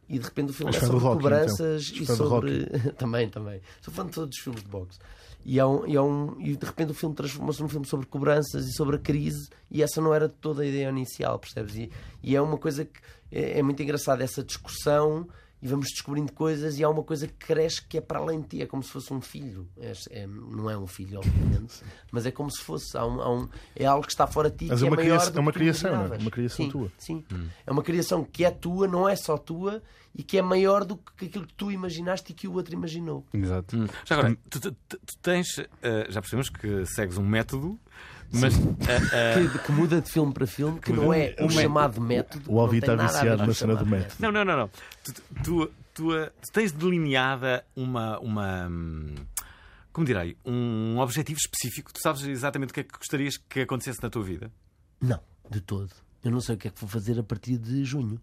Speaker 4: e de repente o filme
Speaker 3: És fã
Speaker 4: é
Speaker 3: do
Speaker 4: sobre
Speaker 3: Rocky,
Speaker 4: cobranças
Speaker 3: então? És
Speaker 4: e
Speaker 3: fã do
Speaker 4: sobre. [laughs] também, também. Sou fã de todos os filmes de boxe. E, há um, e, há um- e de repente o filme transformou-se num filme sobre cobranças e sobre a crise, e essa não era de toda a ideia inicial, percebes? E, e é uma coisa que é, é muito engraçada, essa discussão, e vamos descobrindo coisas, e há uma coisa que cresce que é para além de ti, é como se fosse um filho. É- é- não é um filho, obviamente, mas é como se fosse. Há um, há um- é algo que está fora de ti.
Speaker 3: Mas
Speaker 4: que
Speaker 3: é uma
Speaker 4: maior
Speaker 3: criação-
Speaker 4: do
Speaker 3: é uma
Speaker 4: que tu
Speaker 3: criação, não é?
Speaker 4: imaginavas.
Speaker 3: Uma criação
Speaker 4: Sim.
Speaker 3: tua.
Speaker 4: Sim.
Speaker 1: Hum.
Speaker 4: É uma criação que é tua, não é só tua, e que é maior do que aquilo que tu imaginaste e que o outro imaginou.
Speaker 2: Exato.
Speaker 1: Já agora, tu, tu- tu- tu tens. eh, já percebemos que segues um método
Speaker 7: Mas ah, ah,
Speaker 4: que, que muda de filme para filme, que não é o
Speaker 3: método.
Speaker 4: chamado método.
Speaker 3: O Alvi
Speaker 4: não tem
Speaker 3: está
Speaker 4: nada a ver
Speaker 3: viciado
Speaker 4: com
Speaker 3: na
Speaker 4: o
Speaker 3: cena do
Speaker 4: chamado
Speaker 3: método.
Speaker 1: Não, não, não, não. Tu, tu, tu, eh, tu tens delineada uma. uma hum, como direi? Um objetivo específico. Tu sabes exatamente o que é que gostarias que acontecesse na tua vida?
Speaker 4: Não, de todo. Eu não sei o que é que vou fazer a partir de junho.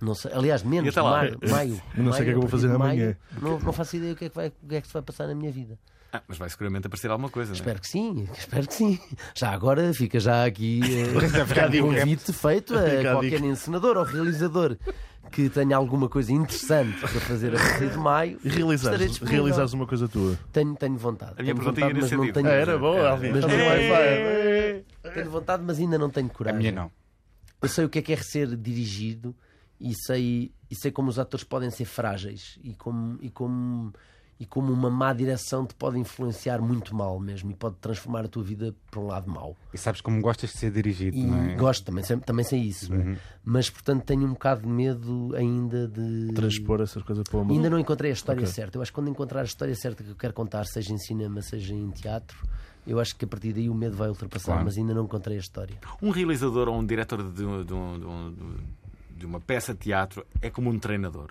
Speaker 4: Não sei. Aliás,
Speaker 1: E
Speaker 4: menos
Speaker 1: até lá?
Speaker 4: maio. maio
Speaker 3: Eu não sei o que é que eu vou
Speaker 4: Maio, a partir
Speaker 3: fazer
Speaker 4: de maio,
Speaker 3: amanhã.
Speaker 4: Não, não faço ideia o que, é que vai, o que é que se vai passar na minha vida.
Speaker 1: Ah, mas vai seguramente aparecer alguma coisa, não é?
Speaker 4: Espero que sim, [laughs] espero que sim. Já agora fica já aqui eh, um convite feito
Speaker 3: Fica
Speaker 4: a
Speaker 3: a
Speaker 4: qualquer
Speaker 3: dica.
Speaker 4: encenador ou realizador que tenha alguma coisa interessante para fazer a partir de maio.
Speaker 3: E realizares,
Speaker 4: Estarei disponível.
Speaker 3: realizares uma coisa tua.
Speaker 4: Tenho, tenho vontade.
Speaker 1: A minha
Speaker 4: Tenho
Speaker 1: pergunta
Speaker 4: vontade,
Speaker 1: ia nesse
Speaker 4: mas não
Speaker 1: sentido.
Speaker 4: tenho,
Speaker 1: Ah,
Speaker 3: Era bom, Alvi.
Speaker 4: Mas
Speaker 3: Estás
Speaker 4: não
Speaker 3: no
Speaker 4: é.
Speaker 3: Wi-Fi.
Speaker 4: tenho vontade, mas ainda não tenho
Speaker 2: A
Speaker 4: coragem.
Speaker 2: minha não.
Speaker 4: Eu sei o que é que é ser dirigido e sei, e sei como os atores podem ser frágeis e como, e, como, e como uma má direção te pode influenciar muito mal mesmo e pode transformar a tua vida para um lado mau.
Speaker 2: E sabes como gostas de ser dirigido,
Speaker 4: E
Speaker 2: não é? Uhum.
Speaker 4: gosto também, sei- também sei isso, não é? mas portanto tenho um bocado de medo ainda de.
Speaker 3: Transpor essas coisas para o
Speaker 4: Ainda
Speaker 3: mundo.
Speaker 4: não encontrei a história certa. Eu acho que quando encontrar a história certa que eu quero contar, seja em cinema, seja em teatro, eu acho que a partir daí o medo vai ultrapassar,
Speaker 2: Claro.
Speaker 4: mas ainda não encontrei a história.
Speaker 1: Um realizador ou um diretor de, um- de um- de um- de uma peça de teatro é como um treinador.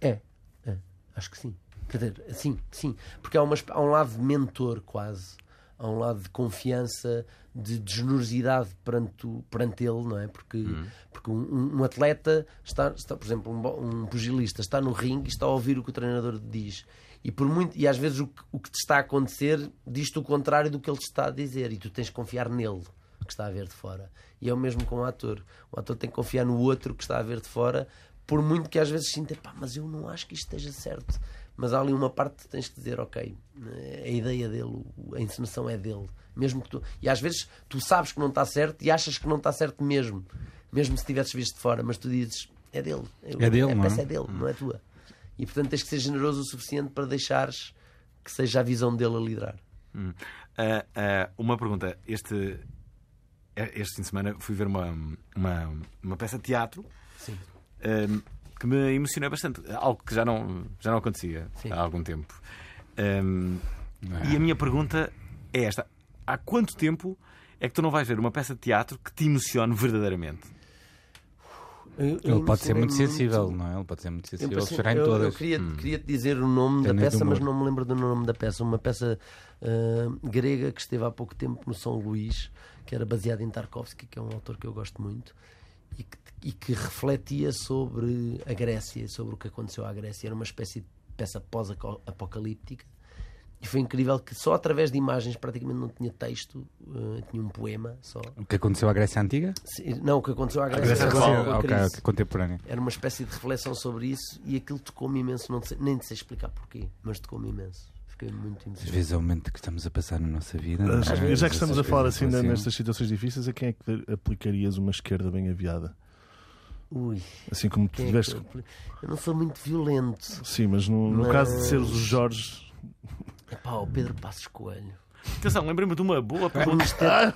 Speaker 4: É, é, acho que sim. Quer dizer, sim, sim. Porque há, uma, esp- há um lado de mentor quase, há um lado de confiança, de, de generosidade perante, o- perante ele, não é? Porque, porque um- um, um atleta está, está, por exemplo, um, bo- um pugilista está no ringue e está a ouvir o que o treinador diz. E, por muito, e às vezes o que, o que te está a acontecer diz-te o contrário do que ele te está a dizer e tu tens de confiar nele que está a ver de fora. E é o mesmo com o ator. O ator tem que confiar no outro que está a ver de fora, por muito que às vezes sinta, pá, mas eu não acho que isto esteja certo. Mas há ali uma parte que tens que dizer, ok, a ideia dele, o- a encenação é dele. Mesmo que tu... E às vezes tu sabes que não está certo e achas que não está certo mesmo. Mesmo se tivesses visto de fora, mas tu dizes, é dele. Eu-
Speaker 2: É dele,
Speaker 4: a
Speaker 2: não é?
Speaker 4: peça é dele, não é tua. E portanto tens que ser generoso o suficiente para deixares que seja a visão dele a liderar.
Speaker 1: Hum. Ah, ah, uma pergunta. Este, eh, este fim de semana fui ver uma, uma, uma peça de teatro
Speaker 4: Sim.
Speaker 1: hum, que me emocionou bastante. Algo que já não, já não acontecia
Speaker 4: Sim.
Speaker 1: há algum tempo. Hum, E a minha pergunta é esta: há quanto tempo é que tu não vais ver uma peça de teatro que te emocione verdadeiramente?
Speaker 2: Ele pode ser muito sensível, não é? Ele pode ser muito
Speaker 4: Eu,
Speaker 2: sensível.
Speaker 4: pensei-
Speaker 2: chorar em
Speaker 4: eu- eu
Speaker 2: todas. Hum.
Speaker 4: queria, queria te dizer o nome
Speaker 2: Tem
Speaker 4: da
Speaker 2: muito
Speaker 4: peça, mas
Speaker 2: humor.
Speaker 4: não me lembro do nome da peça. Uma peça ah, grega que esteve há pouco tempo no São Luís, que era baseada em Tarkovsky, que é um autor que eu gosto muito, e que, e que refletia sobre a Grécia, sobre o que aconteceu à Grécia. Era uma espécie de peça pós-apocalíptica. E foi incrível que só através de imagens, praticamente não tinha texto, ah, tinha um poema só.
Speaker 2: O que aconteceu à Grécia Antiga?
Speaker 4: Se- Não, o que aconteceu à Grécia,
Speaker 1: Grécia
Speaker 4: com a
Speaker 1: atual,
Speaker 2: Ah, ok,
Speaker 4: crise.
Speaker 2: ok, contemporânea.
Speaker 4: Era uma espécie de reflexão sobre isso e aquilo tocou-me imenso. Não sei- nem sei explicar porquê, mas tocou-me imenso. Fiquei muito
Speaker 2: Às
Speaker 4: emocionado.
Speaker 2: vezes é o momento que estamos a passar na nossa vida. não é?
Speaker 3: Mas,
Speaker 2: Às vezes é
Speaker 3: Já que estamos a
Speaker 2: essas
Speaker 3: falar
Speaker 2: coisas
Speaker 3: assim de-
Speaker 2: acontecem.
Speaker 3: nestas situações difíceis, a quem é que aplicarias uma esquerda bem aviada?
Speaker 4: Ui,
Speaker 3: Assim como tu
Speaker 4: quem é que...
Speaker 3: tiveste.
Speaker 4: eu- Eu não sou muito violento.
Speaker 3: Sim, mas no, no
Speaker 4: Mas-
Speaker 3: caso de seres os Jorge.
Speaker 4: Epá, o Pedro Passos
Speaker 1: [laughs]
Speaker 4: Coelho.
Speaker 1: Atenção, lembrei-me de uma boa
Speaker 4: O
Speaker 1: pergunta.
Speaker 4: Ministério-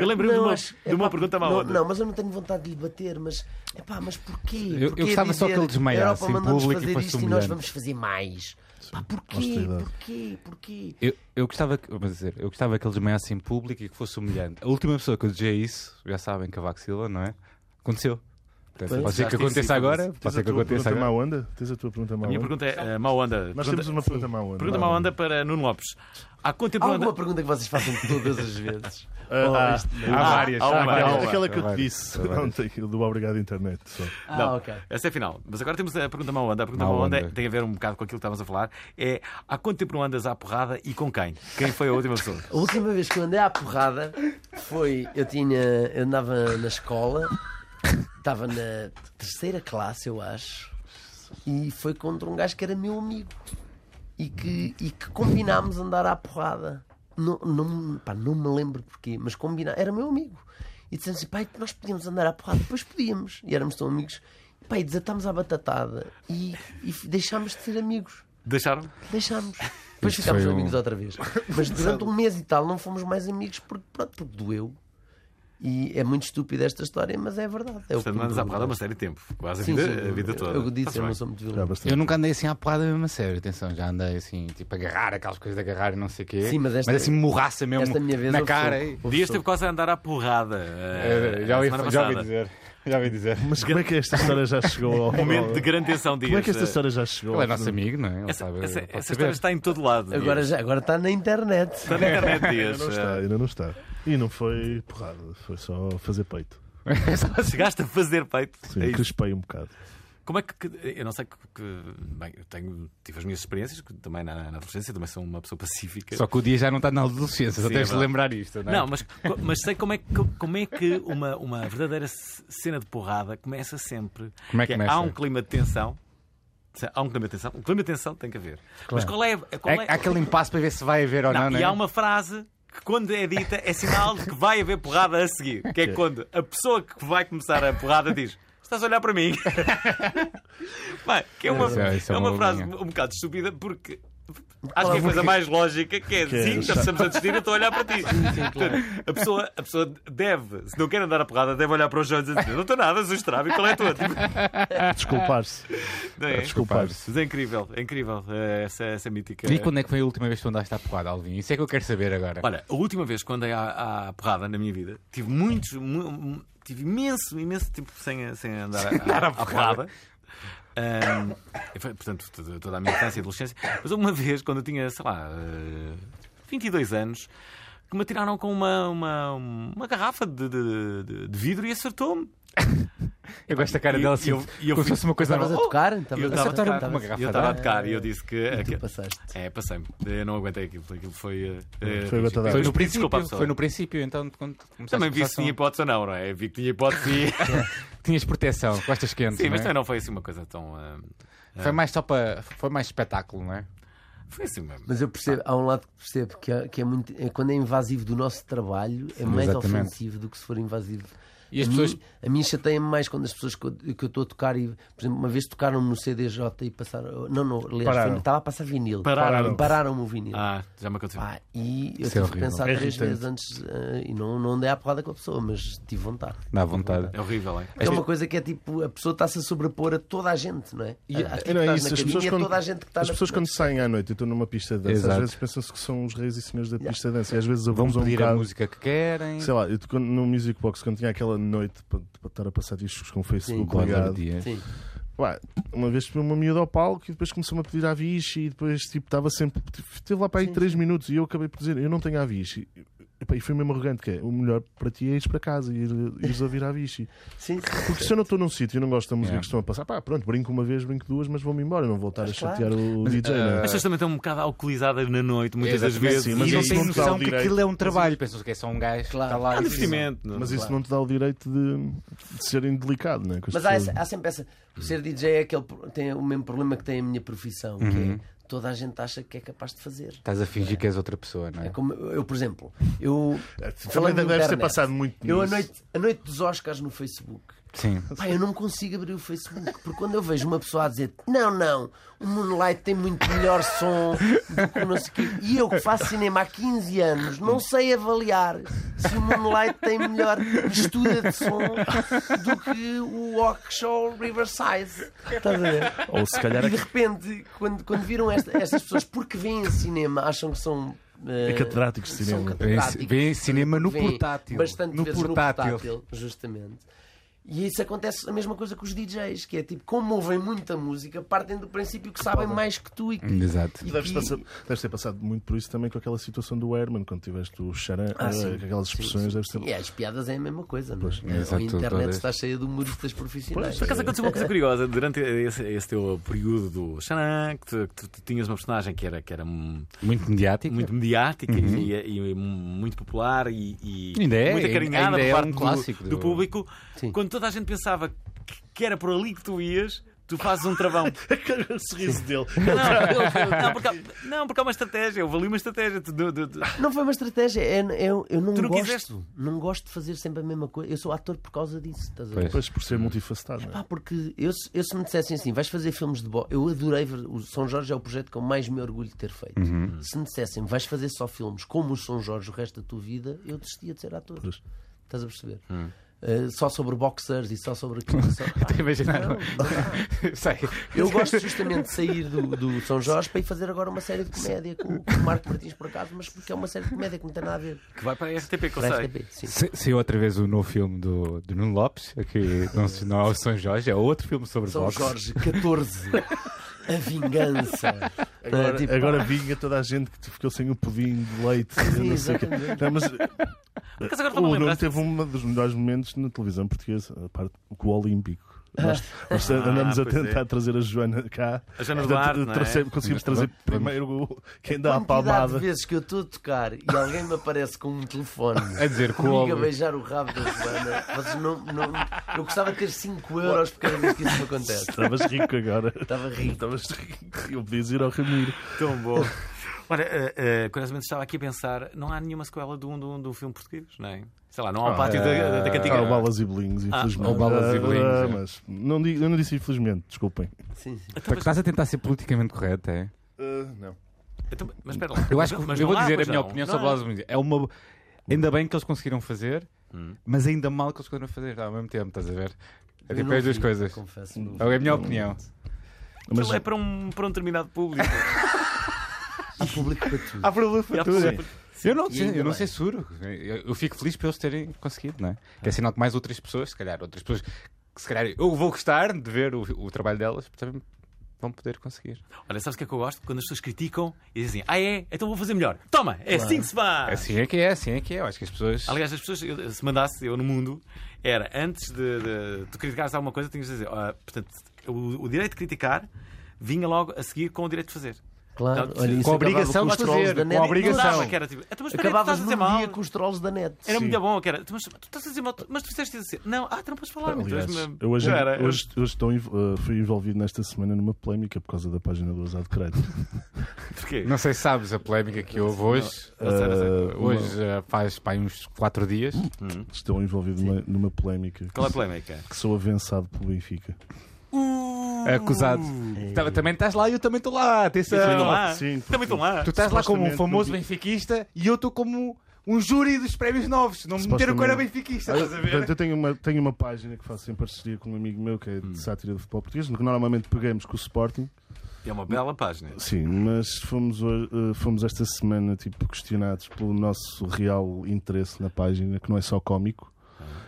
Speaker 1: Eu lembrei-me de
Speaker 4: Não,
Speaker 1: uma,
Speaker 4: acho-
Speaker 1: de uma
Speaker 4: epá,
Speaker 1: pergunta má
Speaker 4: não,
Speaker 1: onda.
Speaker 4: não, mas eu não tenho vontade de lhe bater, mas epá, mas porquê?
Speaker 2: Eu- eu
Speaker 4: Porquê
Speaker 2: gostava só
Speaker 4: dizer,
Speaker 2: que ele desmaiasse
Speaker 4: "Europa,
Speaker 2: em
Speaker 4: mandou-nos
Speaker 2: público e
Speaker 4: fazer
Speaker 2: fosse
Speaker 4: isto e nós
Speaker 2: humilhante."
Speaker 4: vamos fazer mais. Pá, porquê?
Speaker 3: austeridade.
Speaker 4: Porquê? Porquê?
Speaker 2: Eu, eu gostava que, vou dizer, eu gostava que ele desmaiasse em público e que fosse humilhante. A última pessoa que eu desejei isso, já sabem, Cavaco Silva, não é? Aconteceu. Portanto,
Speaker 3: Pois.
Speaker 2: pode ser que
Speaker 1: Acho que sim,
Speaker 2: aconteça agora. Pode
Speaker 3: Tens
Speaker 2: ser
Speaker 3: a
Speaker 2: que
Speaker 3: tua
Speaker 2: aconteça
Speaker 3: pergunta má
Speaker 2: agora.
Speaker 3: onda? Tens a tua pergunta má
Speaker 1: A minha
Speaker 3: onda?
Speaker 1: pergunta é uh, mau onda.
Speaker 3: Nós
Speaker 1: pergunta
Speaker 3: temos uma pergunta má onda.
Speaker 1: pergunta mau onda para Nuno Lopes. Há quanto tempo
Speaker 4: Há
Speaker 1: não anda-
Speaker 4: alguma pergunta que vocês façam todas as vezes?
Speaker 3: Ah,
Speaker 4: Ou
Speaker 3: ah,
Speaker 4: isto-
Speaker 2: Há várias.
Speaker 1: há
Speaker 2: há
Speaker 1: uma,
Speaker 2: várias.
Speaker 1: há
Speaker 3: Aquela, aquela que eu te
Speaker 2: várias.
Speaker 3: disse ontem, aquilo do Obrigado Internet. só.
Speaker 4: Ah,
Speaker 1: Não,
Speaker 4: ok.
Speaker 1: essa é a final. Mas agora temos a pergunta má onda. A pergunta má,
Speaker 2: Má
Speaker 1: onda,
Speaker 2: onda.
Speaker 1: tem a ver um bocado com aquilo que estávamos a falar. É há quanto tempo não andas à porrada e com quem? Quem foi a última pessoa?
Speaker 4: A última vez que eu andei à porrada foi. Eu tinha. Eu andava na escola, estava na terceira classe, eu acho, e foi contra um gajo que era meu amigo e que, e que combinámos andar à porrada. Não, não, pá, não me lembro porquê, mas combina era meu amigo. E dissemos assim, pai, nós podíamos andar à porrada, depois podíamos, e éramos tão amigos. Pai, desatámos à batatada e, e deixámos de ser amigos.
Speaker 1: Deixaram?
Speaker 4: Deixámos. Depois
Speaker 2: Isso
Speaker 4: ficámos
Speaker 2: foi um-
Speaker 4: amigos outra vez. Mas durante um mês e tal não fomos mais amigos porque, pronto, porque doeu. E é muito estúpida esta história, mas é verdade. É o que
Speaker 1: Portanto,
Speaker 4: me
Speaker 1: mandas à porrada
Speaker 4: perguntaste.
Speaker 1: uma série de tempo, quase a
Speaker 4: Sim,
Speaker 1: vida,
Speaker 4: sim.
Speaker 1: a vida toda.
Speaker 4: Eu
Speaker 1: Faz
Speaker 4: disse, eu
Speaker 1: bem.
Speaker 4: não sou muito
Speaker 3: Já
Speaker 4: violento.
Speaker 3: bastante.
Speaker 2: Eu nunca andei assim à porrada mesmo a sério, atenção, já andei assim, tipo, agarrar aquelas coisas de agarrar e não sei o quê.
Speaker 4: Sim, mas esta-
Speaker 2: assim, morraça mesmo
Speaker 4: esta minha vez
Speaker 2: na
Speaker 4: houve
Speaker 2: cara.
Speaker 4: soco.
Speaker 2: e-
Speaker 1: Dias teve quase a andar à porrada. eh,
Speaker 2: É, já,
Speaker 1: a
Speaker 2: ouvi,
Speaker 1: semana
Speaker 2: já ouvi
Speaker 1: passada.
Speaker 2: dizer. Já ouvi dizer.
Speaker 3: Mas como é que esta história já chegou [laughs] ao
Speaker 1: Um Momento de grande tensão, Dias.
Speaker 3: Como é que esta
Speaker 1: Eh,
Speaker 3: história já chegou?
Speaker 2: Ele é
Speaker 3: ao
Speaker 2: nosso
Speaker 3: fim?
Speaker 2: amigo, não é? Ele
Speaker 1: Essa,
Speaker 2: sabe.
Speaker 1: essa-
Speaker 2: pode
Speaker 1: essa
Speaker 2: saber.
Speaker 1: história
Speaker 2: [laughs]
Speaker 1: está em todo lado.
Speaker 4: Agora,
Speaker 1: Dias.
Speaker 4: já, agora está na internet.
Speaker 1: Está na internet,
Speaker 2: [laughs]
Speaker 1: Dias.
Speaker 3: Não está, ainda não está. E não foi porrada, foi só fazer peito.
Speaker 1: Eh, Chegaste a fazer peito.
Speaker 3: Sim,
Speaker 1: É isso.
Speaker 3: crispei um bocado.
Speaker 1: Como é que. que- Eu não sei que. que- bem, eu tenho, tive as minhas experiências, que também na, na adolescência, também sou uma pessoa pacífica.
Speaker 2: Só que o dia já não está na adolescência, só
Speaker 1: Sim,
Speaker 2: tens
Speaker 1: é
Speaker 2: de
Speaker 1: verdade.
Speaker 2: lembrar isto, não é?
Speaker 1: Não, mas, co- mas sei como é que, como é que uma, uma verdadeira c- cena de porrada começa sempre.
Speaker 2: Como é que começa?
Speaker 1: Há um clima de tensão. Se- Há um clima de tensão. Um clima de tensão tem que haver. Mas qual é. Qual é,
Speaker 2: É, há aquele impasse para ver se vai haver ou não,
Speaker 1: Não,
Speaker 2: não
Speaker 1: e
Speaker 2: é?
Speaker 1: há uma frase que quando é dita é sinal de que vai haver porrada a seguir. Que é quando a pessoa que vai começar a porrada diz. Estás a olhar para
Speaker 2: [laughs]
Speaker 1: mim? Bem, que é uma,
Speaker 2: Isso é- isso é
Speaker 1: é uma
Speaker 2: uma
Speaker 1: frase
Speaker 2: bolinha.
Speaker 1: um bocado estúpida porque acho que é a coisa mais lógica que é sim, nós estamos a discutir, eu estou a olhar para ti. Portanto, a, pessoa, a pessoa deve, se não quer andar a porrada, deve olhar para os olhos e dizer: Não estou nada, sou estrabo, e qual é a tua? [laughs] Tipo,
Speaker 3: Desculpar-se.
Speaker 2: Ah,
Speaker 1: não é?
Speaker 3: Desculpar-se.
Speaker 1: Mas é incrível, é incrível eh, essa, essa mítica.
Speaker 2: E quando é que foi a última vez que tu andaste à porrada, Alvin? Isso é que eu quero saber agora.
Speaker 1: Olha, a última vez que andei à, à porrada na minha vida, tive muitos, mu- mu- tive imenso, imenso tempo sem, sem andar, à- à, porrada. Ahm, e foi, portanto, toda- toda a minha infância e adolescência. Mas uma vez, quando eu tinha, sei lá, eh, 22 anos, que me atiraram com uma, uma, uma garrafa de, de- de- de vidro e acertou-me.
Speaker 2: eu gosto da cara
Speaker 1: e-
Speaker 2: dela assim,
Speaker 1: e eu- e eu fui-
Speaker 2: como se fosse uma coisa
Speaker 4: Estavas a
Speaker 2: nova.
Speaker 4: tocar?
Speaker 1: eu
Speaker 4: Estavas
Speaker 1: estava
Speaker 4: a
Speaker 1: a
Speaker 4: tocar?
Speaker 2: tocar com uma
Speaker 1: E eu estava a tocar e eu disse que.
Speaker 4: Tu
Speaker 1: aquele-
Speaker 4: passaste.
Speaker 1: É, passei-me. Eu não aguentei aquilo. Aquilo foi. eh,
Speaker 3: Foi a gota
Speaker 2: Foi
Speaker 3: d'água.
Speaker 2: no princípio,
Speaker 1: Desculpa, pessoal.
Speaker 2: foi no princípio, então quando começaste
Speaker 1: Também
Speaker 2: a
Speaker 1: vi se
Speaker 2: passar
Speaker 1: tinha
Speaker 2: som,
Speaker 1: hipótese ou não, não é? Vi que tinha hipótese
Speaker 3: [laughs]
Speaker 1: e.
Speaker 2: tinhas proteção, costas quentes.
Speaker 1: Sim, mas
Speaker 3: né?
Speaker 2: não é?
Speaker 1: também não foi assim uma coisa tão. ah,
Speaker 2: Foi mais só para. Foi mais espetáculo, não é?
Speaker 1: Foi assim mesmo.
Speaker 4: Mas eu percebo, há um lado que percebo que é, que é muito. é quando é invasivo do nosso trabalho, é mais
Speaker 2: exatamente.
Speaker 4: ofensivo do que se for invasivo.
Speaker 2: E as
Speaker 4: a
Speaker 2: pessoas-
Speaker 4: mim, a mim chateia-me mais quando as pessoas que eu que eu estou a tocar, e, por exemplo, uma vez tocaram no CDJ e passaram. Não, não, aliás,
Speaker 3: Pararam.
Speaker 4: foi- estava a passar vinil.
Speaker 1: Pararam.
Speaker 4: Pararam-me o vinil.
Speaker 1: Ah, já me aconteceu.
Speaker 4: Pá, e eu
Speaker 2: Isso é
Speaker 4: tive que
Speaker 2: horrível.
Speaker 4: pensar
Speaker 3: É
Speaker 4: três
Speaker 3: irritante.
Speaker 4: vezes antes eh, e não, não andei à porrada com a pessoa, mas tive vontade.
Speaker 2: Dá vontade.
Speaker 1: É horrível,
Speaker 3: Ah.
Speaker 1: hein?
Speaker 4: É uma coisa que é tipo, a pessoa está-se a sobrepor a toda a gente, não é?
Speaker 2: E-
Speaker 4: a, a ti
Speaker 3: Não,
Speaker 4: que
Speaker 3: é
Speaker 4: estás
Speaker 3: isso.
Speaker 4: na
Speaker 3: As
Speaker 4: cabine
Speaker 3: pessoas,
Speaker 4: e a
Speaker 3: quando,
Speaker 4: toda a gente que está
Speaker 3: as
Speaker 4: na-
Speaker 3: pessoas quando saem à noite e estão numa pista de dança,
Speaker 2: Exato.
Speaker 3: às vezes pensam-se que são uns reis e senhores da pista de dança. E às vezes
Speaker 2: Vão
Speaker 3: abusam um
Speaker 2: pedir a
Speaker 3: bocado.
Speaker 2: música que querem.
Speaker 3: Sei lá, eu quando- no Music Box, quando tinha aquela noite para, para estar a passar discos com o Facebook
Speaker 2: Boa
Speaker 3: ligado,
Speaker 2: tarde,
Speaker 4: Sim.
Speaker 3: Pá, uma vez subiu uma miúda ao palco e depois começou-me a pedir a Vichy e depois tipo, estava sempre. Teve lá para aí 3 minutos e eu acabei por dizer: Eu não tenho a Vichy. E, pá, e foi mesmo arrogante: que é, O melhor para ti é ires para casa e ir, ires ouvir a Vichy.
Speaker 4: Sim, sim.
Speaker 3: Porque se eu não estou num sítio e não gosto da música
Speaker 2: Yeah.
Speaker 3: que estão a passar, pá, pronto, brinco uma vez, brinco duas, mas vou-me embora. Não vou estar a
Speaker 4: claro.
Speaker 3: chatear o DJ. não é?
Speaker 1: As pessoas também estão um bocado alcoolizadas na noite, muitas das
Speaker 2: Exatamente,
Speaker 1: vezes.
Speaker 3: sim,
Speaker 2: e
Speaker 3: mas
Speaker 2: não
Speaker 3: isso
Speaker 2: têm
Speaker 3: não te dá
Speaker 2: noção
Speaker 3: o
Speaker 2: que
Speaker 3: direito.
Speaker 2: aquilo é um trabalho. Pensam que é só um gajo que está
Speaker 4: Claro.
Speaker 2: lá.
Speaker 1: É um
Speaker 2: e-
Speaker 1: divertimento. não?
Speaker 3: Mas isso não te dá o direito de, de serem delicado, não é? Com as
Speaker 4: Mas há,
Speaker 3: pessoas.
Speaker 4: essa- há sempre essa. O ser DJ é aquele, pro- tem o mesmo problema que tem a minha profissão, que é toda a gente acha que é capaz de fazer.
Speaker 2: Estás a fingir que és outra pessoa, não
Speaker 4: É
Speaker 2: é?
Speaker 4: como eu, por exemplo, eu.
Speaker 3: Também
Speaker 4: falando de
Speaker 3: deve ter
Speaker 4: internet,
Speaker 3: passado muito
Speaker 4: Eu, a
Speaker 3: nisso.
Speaker 4: noite, a noite dos Oscars no Facebook.
Speaker 2: Sim.
Speaker 4: Pá, eu não consigo abrir o Facebook, porque quando eu vejo uma pessoa a dizer não, não, o Moonlight tem muito melhor som do que o não sei quê", e eu que faço cinema há 15 anos, não sei avaliar se o Moonlight tem melhor mistura de som do que o Oxshow Riverside. Estás a ver?
Speaker 3: Ou se calhar
Speaker 4: [laughs]
Speaker 3: é
Speaker 4: E de repente, quando, quando viram esta- estas pessoas, porque veem cinema, acham que são. eh,
Speaker 3: é catedráticos de
Speaker 4: são
Speaker 3: cinema.
Speaker 4: catedráticos.
Speaker 2: Vêem- vêem cinema no
Speaker 4: Vêem
Speaker 2: portátil.
Speaker 4: Bastante
Speaker 2: No
Speaker 4: vezes
Speaker 2: portátil.
Speaker 4: no portátil, justamente. E isso acontece a mesma coisa com os DJs, que é tipo, como ouvem muita música, partem do princípio que sabem mais que tu e que.
Speaker 2: Exato.
Speaker 4: e
Speaker 3: Deves,
Speaker 4: que-
Speaker 3: passar- deves ter passado muito por isso também com aquela situação do Herman, quando tiveste o Xará,
Speaker 4: Ah, sim.
Speaker 3: eh, com aquelas expressões, deves ter.
Speaker 4: E as piadas é a mesma coisa, não é?
Speaker 2: exato,
Speaker 4: a internet
Speaker 2: todas.
Speaker 4: está cheia de humoristas profissionais.
Speaker 1: Por acaso
Speaker 3: é.
Speaker 1: aconteceu uma coisa curiosa durante esse, esse teu período do Xanã, que tu, que tu- tu tinhas uma personagem que era, que era hum,
Speaker 2: Muito [laughs] mediático.
Speaker 1: muito mediática
Speaker 3: Uhum.
Speaker 1: e, e muito popular e, e
Speaker 2: Ainda é,
Speaker 1: muito acarinhada
Speaker 2: ainda é
Speaker 1: por parte
Speaker 2: um
Speaker 1: do-
Speaker 2: clássico
Speaker 1: do,
Speaker 2: do-
Speaker 1: público.
Speaker 4: Sim.
Speaker 1: Quando toda a gente pensava que- que era por ali que tu ias, tu fazes um travão.
Speaker 3: o sorriso dele.
Speaker 1: Não, não, porque, há- não, porque há uma estratégia, eu vali uma estratégia. Tu, tu- tu- tu-
Speaker 4: Não foi uma estratégia, é, é- eu, eu não,
Speaker 1: Tu não
Speaker 4: gosto.
Speaker 1: quiseste?
Speaker 4: Não gosto de fazer sempre a mesma coisa. Eu sou ator por causa disso, estás a ver?
Speaker 2: Pois.
Speaker 3: Depois por
Speaker 1: Hum.
Speaker 3: ser multifacetado. não
Speaker 4: Pá,
Speaker 3: é?
Speaker 4: porque eu, se- eu se me dissessem assim, vais fazer filmes de boxe, eu adorei ver. O São Jorge é o projeto que eu mais me orgulho de ter feito.
Speaker 3: Uhum.
Speaker 4: Se me dissessem, vais fazer só filmes como o São Jorge o resto da tua vida, eu desistia de ser ator. Estás a perceber? Eh, só sobre boxers e só sobre aquilo.
Speaker 3: [laughs]
Speaker 4: Só...
Speaker 2: Estou a imaginar.
Speaker 4: Não, não dá.
Speaker 2: Sei.
Speaker 4: Eu gosto justamente de sair do, do São Jorge para ir fazer agora uma série de comédia com, com o Marco Martins, por acaso, mas porque é uma série de comédia que não tem nada a ver.
Speaker 1: Que vai para a RTP, que eu
Speaker 4: Para a
Speaker 1: sei.
Speaker 4: RTP, sim.
Speaker 2: Se, se outra vez o novo filme do, do Nuno Lopes, que não, se- não é o São Jorge, é outro filme sobre
Speaker 4: São
Speaker 2: boxe.
Speaker 4: Jorge, 14. A vingança.
Speaker 3: Agora,
Speaker 4: É, tipo,
Speaker 3: agora
Speaker 1: ah.
Speaker 3: vinga toda a gente que ficou sem o pudim de leite. eu não sei o quê. Não, mas
Speaker 1: Mas agora
Speaker 3: o
Speaker 1: estou-me a
Speaker 3: Nuno
Speaker 1: lembrar.
Speaker 3: teve um dos melhores momentos na televisão portuguesa, a parte com o Olímpico.
Speaker 4: [laughs]
Speaker 3: Nós, nós
Speaker 1: Ah,
Speaker 3: andamos a
Speaker 1: pois é.
Speaker 3: tentar trazer a Joana cá.
Speaker 1: A Jana
Speaker 3: Portanto,
Speaker 1: Duarte, não é?
Speaker 3: trouxe- Conseguimos trazer primeiro o- quem dá a
Speaker 4: quantidade de
Speaker 3: palmada.
Speaker 4: vezes que eu estou a tocar e alguém me aparece com um telefone
Speaker 2: [laughs] A dizer, com o
Speaker 4: comigo a
Speaker 2: Oliver.
Speaker 4: beijar o rabo da Joana. Vocês não, não, eu gostava de ter 5 euros por cada vez que isso me acontece.
Speaker 3: Estavas rico agora.
Speaker 4: Estava rico.
Speaker 3: Estavas rico. Eu podias ir ao Ramiro.
Speaker 1: Tão bom. Olha, eh, eh, curiosamente estava aqui a pensar, não há nenhuma sequela de um, de um, de um filme português, não é? Sei lá, não há o pátio da, da- da cantiga.
Speaker 3: Ah, o Balas e Bolinhos, infelizmente.
Speaker 2: o Balas e Bolinhos,
Speaker 3: Ah,
Speaker 2: é.
Speaker 3: mas não digo- eu não disse infelizmente, desculpem.
Speaker 4: Sim, sim.
Speaker 1: Então,
Speaker 2: Porque estás a tentar ser politicamente correto, é?
Speaker 3: não.
Speaker 1: Então, mas espera lá.
Speaker 2: Eu acho que
Speaker 1: Mas
Speaker 2: eu
Speaker 1: não
Speaker 2: vou
Speaker 1: há,
Speaker 2: dizer a
Speaker 1: pois
Speaker 2: minha
Speaker 1: não.
Speaker 2: opinião
Speaker 1: Não
Speaker 2: sobre
Speaker 1: há.
Speaker 2: Las Vegas. É uma ainda bem que eles conseguiram fazer,
Speaker 1: Hum.
Speaker 2: mas ainda mal que eles conseguiram fazer ao mesmo tempo, estás a ver? É
Speaker 4: Eu
Speaker 2: tipo
Speaker 4: não
Speaker 2: as duas
Speaker 4: vi,
Speaker 2: coisas.
Speaker 4: Confesso. não vi.
Speaker 2: É a minha opinião.
Speaker 3: Mas
Speaker 1: Aquilo é para um, para um determinado público.
Speaker 4: Há público para tudo.
Speaker 2: Há problema
Speaker 1: para tudo.
Speaker 2: Eu não,
Speaker 4: E ainda
Speaker 2: eu não
Speaker 4: bem.
Speaker 2: censuro. Eu, eu fico feliz por eles terem conseguido, não é? Que é sinal que mais outras pessoas, se calhar, outras pessoas que se calhar eu vou gostar de ver o, o trabalho delas, também vão poder conseguir.
Speaker 1: Olha, sabes o que é que eu gosto? Quando as pessoas criticam e dizem assim, ah é? Então vou fazer melhor. Toma, é assim que se faz.
Speaker 2: Assim é que é, assim é que é. Eu acho que as pessoas.
Speaker 1: Aliás, as pessoas, eu- se mandasse eu no mundo, era antes de, de tu criticares alguma coisa, tinhas de dizer, "Ah, portanto, o, o direito de criticar vinha logo a seguir com o direito de fazer.
Speaker 4: Claro,
Speaker 1: Não,
Speaker 4: olha, isso
Speaker 2: com a
Speaker 4: acabava
Speaker 2: obrigação
Speaker 4: com os
Speaker 2: de
Speaker 4: trolls
Speaker 2: fazer,
Speaker 4: da
Speaker 2: com
Speaker 4: net.
Speaker 2: a obrigação.
Speaker 1: Não dava, que era tipo, "Então, mas espera aí, tu
Speaker 4: Acabavas
Speaker 1: estás a dizer
Speaker 4: num dia
Speaker 1: mal.
Speaker 4: com os trolls da net.
Speaker 1: Era
Speaker 3: Sim.
Speaker 1: muito bom, que era. "Tu, Mas tu estás a dizer mal, mas tu fizeste isso assim. Não, ah, tu não podes falar. mas tu és
Speaker 3: Aliás,
Speaker 1: uma-
Speaker 3: eu hoje,
Speaker 1: Já era.
Speaker 3: hoje, hoje estou, env- eh, fui envolvido nesta semana numa polémica por causa da página do Azado
Speaker 1: [laughs]
Speaker 3: Crédito.
Speaker 1: Porquê?
Speaker 2: Não sei se sabes a polémica que houve hoje.
Speaker 1: Não sei, não sei.
Speaker 3: Eh, uma-
Speaker 2: Hoje eh, faz pá, uns 4 dias.
Speaker 3: estou envolvido numa, numa polémica
Speaker 1: Qual é a
Speaker 3: que,
Speaker 1: polémica?
Speaker 3: que sou avançado pelo Benfica.
Speaker 2: acusado. Tá- Também estás lá e eu também estou lá. Atenção.
Speaker 1: Também estão lá.
Speaker 3: Sim, porque-
Speaker 1: Também estão lá.
Speaker 2: Ah, Tu estás lá como um
Speaker 3: Supostamente,
Speaker 2: famoso
Speaker 3: não vi.
Speaker 2: benfiquista e eu estou como um júri dos prémios novos. Não me meteram que eu era
Speaker 3: Supostamente.
Speaker 2: benfiquista,
Speaker 3: Ah, eu-
Speaker 2: estás a ver?
Speaker 3: portanto, eu tenho uma, tenho uma página que faço em parceria com um amigo meu que é
Speaker 1: Hum.
Speaker 3: de sátira de futebol português, que normalmente pegamos com o Sporting.
Speaker 1: É uma bela página.
Speaker 3: Sim, mas fomos, hoje- eh, fomos esta semana tipo, questionados pelo nosso real interesse na página, que não é só cómico,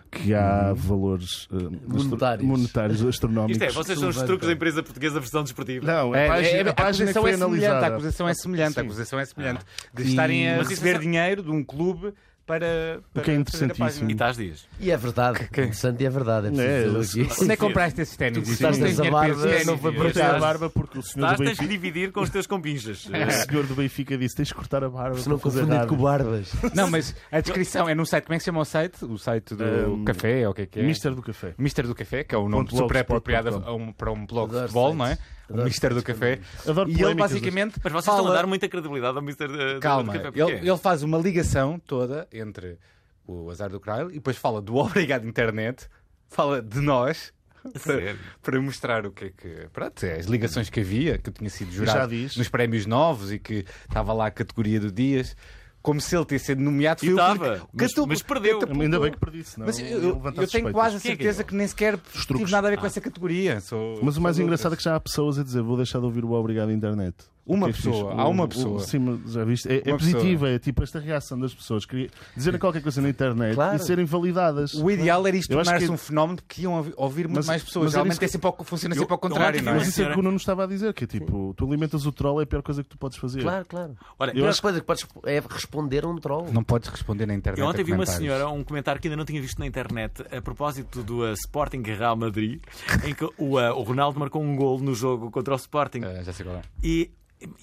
Speaker 3: que há valores eh, astro-
Speaker 4: Monetários.
Speaker 3: monetários astronómicos.
Speaker 1: Isto é, vocês são os
Speaker 4: Levanta.
Speaker 1: truques da empresa portuguesa versão desportiva.
Speaker 3: Não,
Speaker 2: É,
Speaker 3: a página, É, a página que foi analisada.
Speaker 2: a acusação é semelhante, a
Speaker 3: Sim.
Speaker 2: acusação é semelhante. De
Speaker 3: Ah.
Speaker 2: estarem a
Speaker 1: Mas isso é
Speaker 2: receber
Speaker 1: só-
Speaker 2: dinheiro de um clube para, para
Speaker 3: que é
Speaker 2: fazer a página.
Speaker 3: interessantíssimo.
Speaker 1: E estás dias.
Speaker 4: E é verdade. Interessante e é verdade. É
Speaker 3: É,
Speaker 4: preciso dizer
Speaker 3: eu-
Speaker 4: aqui.
Speaker 2: Onde é que compraste esses ténis? Isso
Speaker 4: Sim.
Speaker 2: não tem
Speaker 4: Sim.
Speaker 2: dinheiro para esses
Speaker 4: Sim.
Speaker 2: ténis.
Speaker 4: Não foi
Speaker 3: Eu cortei a
Speaker 1: Estás-
Speaker 3: barba porque o senhor
Speaker 1: Estás,
Speaker 3: do
Speaker 1: tens que
Speaker 3: Benfica, É.
Speaker 1: dividir com os teus compinchas.
Speaker 3: [laughs] o senhor do Benfica disse: tens de cortar a barba.
Speaker 4: Se não
Speaker 3: para fazer
Speaker 4: confundido
Speaker 3: rádio."
Speaker 4: com barbas.
Speaker 2: [laughs] Não, mas a descrição é num site. Como é que se chama o site? O site do
Speaker 3: Um,
Speaker 2: café, ou o que é que é?
Speaker 3: Mister do Café.
Speaker 2: Mister do Café, que é o nome
Speaker 3: Ponto
Speaker 2: super apropriado
Speaker 3: blogspot.com.
Speaker 2: a um- para um blog de
Speaker 4: Adoro
Speaker 2: futebol, não é?
Speaker 4: sites.
Speaker 2: O
Speaker 4: Adoro
Speaker 2: Mister do Café.
Speaker 3: Adoro
Speaker 2: E ele
Speaker 3: polémicas.
Speaker 2: basicamente.
Speaker 1: Mas vocês
Speaker 2: fala...
Speaker 1: estão a dar muita credibilidade ao Mr. de-
Speaker 2: Calma,
Speaker 1: do Café. Porquê?
Speaker 2: ele, ele faz uma ligação toda entre o azar do Cryle e depois fala do [laughs] obrigado internet, fala de nós. Para,
Speaker 1: sério?
Speaker 2: para mostrar o que é que. Pronto, é, as ligações que havia, que eu tinha sido
Speaker 3: já
Speaker 2: jurado
Speaker 3: diz.
Speaker 2: nos prémios novos e que estava lá a categoria do Dias, como se ele tivesse sido nomeado.
Speaker 1: E
Speaker 2: foi o
Speaker 1: estava, mas-
Speaker 2: catapultou-
Speaker 1: mas perdeu.
Speaker 2: catapultou.
Speaker 3: Ainda bem que perdi, senão
Speaker 2: Mas eu,
Speaker 3: ia
Speaker 2: eu-
Speaker 3: levantar
Speaker 2: eu tenho
Speaker 3: suspeitas.
Speaker 2: quase a
Speaker 1: Quem é que
Speaker 2: certeza
Speaker 1: ganhou? Ah.
Speaker 2: que nem sequer tive
Speaker 3: truques.
Speaker 2: nada a ver com essa categoria. Sou-
Speaker 3: Mas o
Speaker 2: sou
Speaker 3: mais
Speaker 2: de
Speaker 3: engraçado é
Speaker 2: outras.
Speaker 3: que já há pessoas a dizer: vou deixar de ouvir o Obrigado Internet.
Speaker 2: Uma
Speaker 3: Que é fixe.
Speaker 2: pessoa,
Speaker 3: O-
Speaker 2: há uma
Speaker 3: o-
Speaker 2: pessoa.
Speaker 3: Sim, mas já viste? É, é
Speaker 2: Uma
Speaker 3: positiva, é tipo esta reação das pessoas. Queria dizer qualquer coisa na internet
Speaker 4: Claro.
Speaker 3: e serem validadas.
Speaker 2: O ideal era isto
Speaker 3: Eu acho
Speaker 2: tornar-se
Speaker 3: que-
Speaker 2: um fenómeno que iam ouvi- ouvir muito
Speaker 3: Mas-
Speaker 2: mais pessoas.
Speaker 3: mas era
Speaker 2: Realmente
Speaker 3: isso que-
Speaker 2: é sempre ao- funciona
Speaker 1: Eu- eu
Speaker 2: sempre ao
Speaker 1: acho
Speaker 2: contrário,
Speaker 1: que
Speaker 2: não é?
Speaker 3: Mas isso é
Speaker 1: senhora-
Speaker 3: o que o Nuno estava a dizer: que é tipo, tu alimentas o troll, é a pior coisa que tu podes fazer.
Speaker 4: Claro, claro.
Speaker 1: Olha,
Speaker 4: A pior
Speaker 3: acho-
Speaker 4: coisa que podes é responder a um troll.
Speaker 2: Não podes responder na internet.
Speaker 1: Eu ontem
Speaker 2: a
Speaker 1: vi uma
Speaker 2: comentários.
Speaker 1: senhora, um comentário que ainda não tinha visto na internet, a propósito do eh, Sporting Real
Speaker 3: [laughs]
Speaker 1: Madrid, em que o, eh, o Ronaldo marcou um gol no jogo contra o Sporting.
Speaker 2: Ah, já sei qual é.
Speaker 1: E,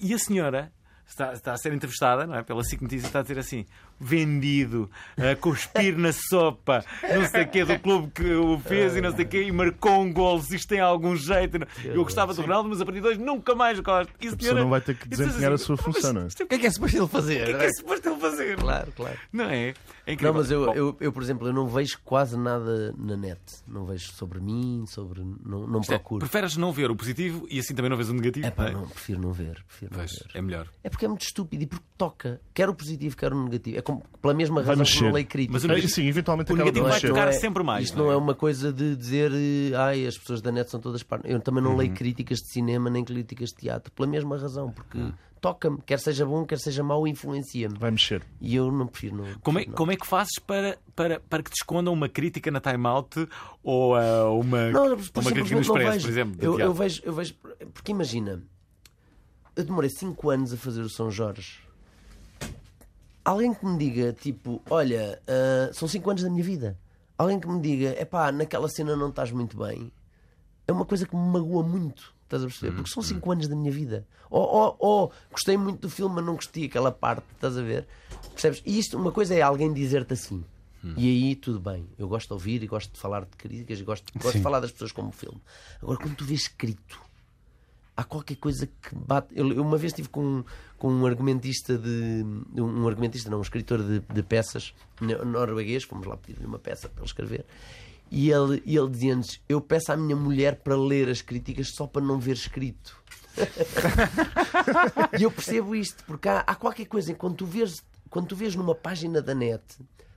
Speaker 1: e a senhora está, está a ser entrevistada não é? pela SIC Notícias está a dizer assim: vendido, a cuspir na sopa, não sei o quê, do clube que o fez e não sei o quê, e marcou um gol. Se isto tem algum jeito, não- é? eu gostava do Ronaldo, mas a partir de hoje nunca mais gosto. E assim,
Speaker 3: A pessoa não vai ter que desempenhar a sua função, não é?
Speaker 1: O
Speaker 2: O que é que é suposto ele fazer?
Speaker 1: que é suposto ele fazer?
Speaker 4: Claro, claro.
Speaker 1: Não é? É incrível.
Speaker 4: Não, mas eu,
Speaker 1: Bom,
Speaker 4: eu, eu, por exemplo, eu não vejo quase nada na net. Não vejo sobre mim, sobre. Não, não
Speaker 1: isto é,
Speaker 4: procuro.
Speaker 1: preferes não ver o positivo e assim também não vês o negativo?
Speaker 4: É pá,
Speaker 1: é?
Speaker 4: não, prefiro não ver. Prefiro não
Speaker 1: Pois,
Speaker 4: ver.
Speaker 1: é melhor.
Speaker 4: É porque é muito estúpido e porque toca. Quer o positivo, quer o negativo. É com- pela mesma
Speaker 3: Vai
Speaker 4: razão que
Speaker 3: mexer.
Speaker 4: uma lei crítica.
Speaker 1: Mas o negativo-
Speaker 3: É, Sim, eventualmente
Speaker 1: O
Speaker 3: acaba
Speaker 1: negativo
Speaker 3: por
Speaker 1: vai
Speaker 3: mexer.
Speaker 1: tocar sempre mais,
Speaker 4: Isto
Speaker 1: não
Speaker 4: não
Speaker 1: é?
Speaker 4: é uma coisa de dizer eh, ai, as pessoas da net são todas parvas. Eu também não
Speaker 3: Uhum.
Speaker 4: leio críticas de cinema nem críticas de teatro, pela mesma razão, porque
Speaker 1: Uhum.
Speaker 4: toca-me, quer seja bom, quer seja mau, influencia-me.
Speaker 3: Vai mexer.
Speaker 4: E eu não prefiro. Não,
Speaker 1: Como é,
Speaker 4: prefiro não.
Speaker 1: como é que fazes para, para, para que te escondam uma crítica na timeout ou ah, uma,
Speaker 4: Não, eu,
Speaker 1: uma crítica no
Speaker 4: simplesmente não
Speaker 1: Expresso,
Speaker 4: vejo.
Speaker 1: por exemplo? de
Speaker 4: Eu, eu
Speaker 1: teatro?
Speaker 4: vejo, eu vejo. Porque imagina, eu demorei 5 anos a fazer o São Jorge. Alguém que me diga, tipo, olha, ah, são 5 anos da minha vida. Alguém que me diga, é pá, naquela cena não estás muito bem. É uma coisa que me magoa muito. Estás a perceber? Porque são 5 anos da minha vida. Ou, ou, ou gostei muito do filme, mas não gostei aquela parte. Estás a ver? Percebes? E isto, uma coisa é alguém dizer-te assim. E aí, tudo bem. Eu gosto de ouvir e gosto de falar de críticas e gosto, gosto de falar das pessoas como filme. Agora, quando tu vês escrito, há qualquer coisa que bate. Eu, eu uma vez estive com, com um argumentista de. um argumentista, não, um escritor de, de peças no- norueguês, fomos lá pedir-lhe uma peça para ele escrever. E ele, e ele dizia-nos: Eu peço à minha mulher para ler as críticas só para não ver escrito. [laughs] E eu percebo isto, porque há, há qualquer coisa em quando tu vês, quando tu vês numa página da net,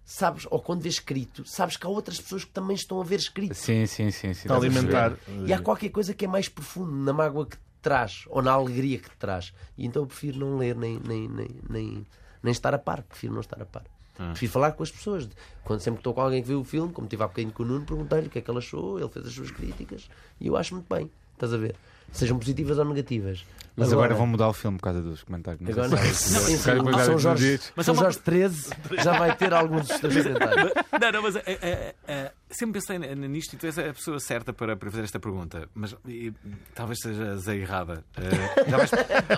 Speaker 4: sabes, ou quando vês escrito, sabes que há outras pessoas que também estão a ver escrito.
Speaker 2: Sim, sim, sim. sim
Speaker 3: Está a
Speaker 2: estás perceber.
Speaker 3: alimentar.
Speaker 4: E há qualquer coisa que é mais profundo na mágoa que te traz ou na alegria que te traz. E então eu prefiro não ler nem, nem, nem, nem, nem estar a par. Prefiro não estar a par.
Speaker 1: Ah.
Speaker 4: Prefiro falar com as pessoas. Quando sempre que estou com alguém que viu o filme, como tive há bocadinho com o Nuno, perguntei-lhe o que é que ele achou, ele fez as suas críticas e eu acho muito bem. Estás a ver? Sejam positivas ou negativas.
Speaker 2: Mas agora vão mudar o filme por causa dos comentários. Não
Speaker 4: Agora
Speaker 2: sei
Speaker 4: não.
Speaker 2: se-
Speaker 4: Sim, sim,
Speaker 2: Quero cuidar
Speaker 3: um
Speaker 4: São
Speaker 2: dos
Speaker 4: Jorge,
Speaker 2: dias.
Speaker 1: Mas
Speaker 4: São
Speaker 1: há uma-
Speaker 4: Jorge 13 já vai ter alguns dos teus comentários.
Speaker 1: Não, não, mas eh, eh, eh, sempre pensei n- n- nisto e tu és a pessoa certa para, para fazer esta pergunta, mas e, talvez sejas a errada.
Speaker 2: [laughs]
Speaker 1: Eh, já vais,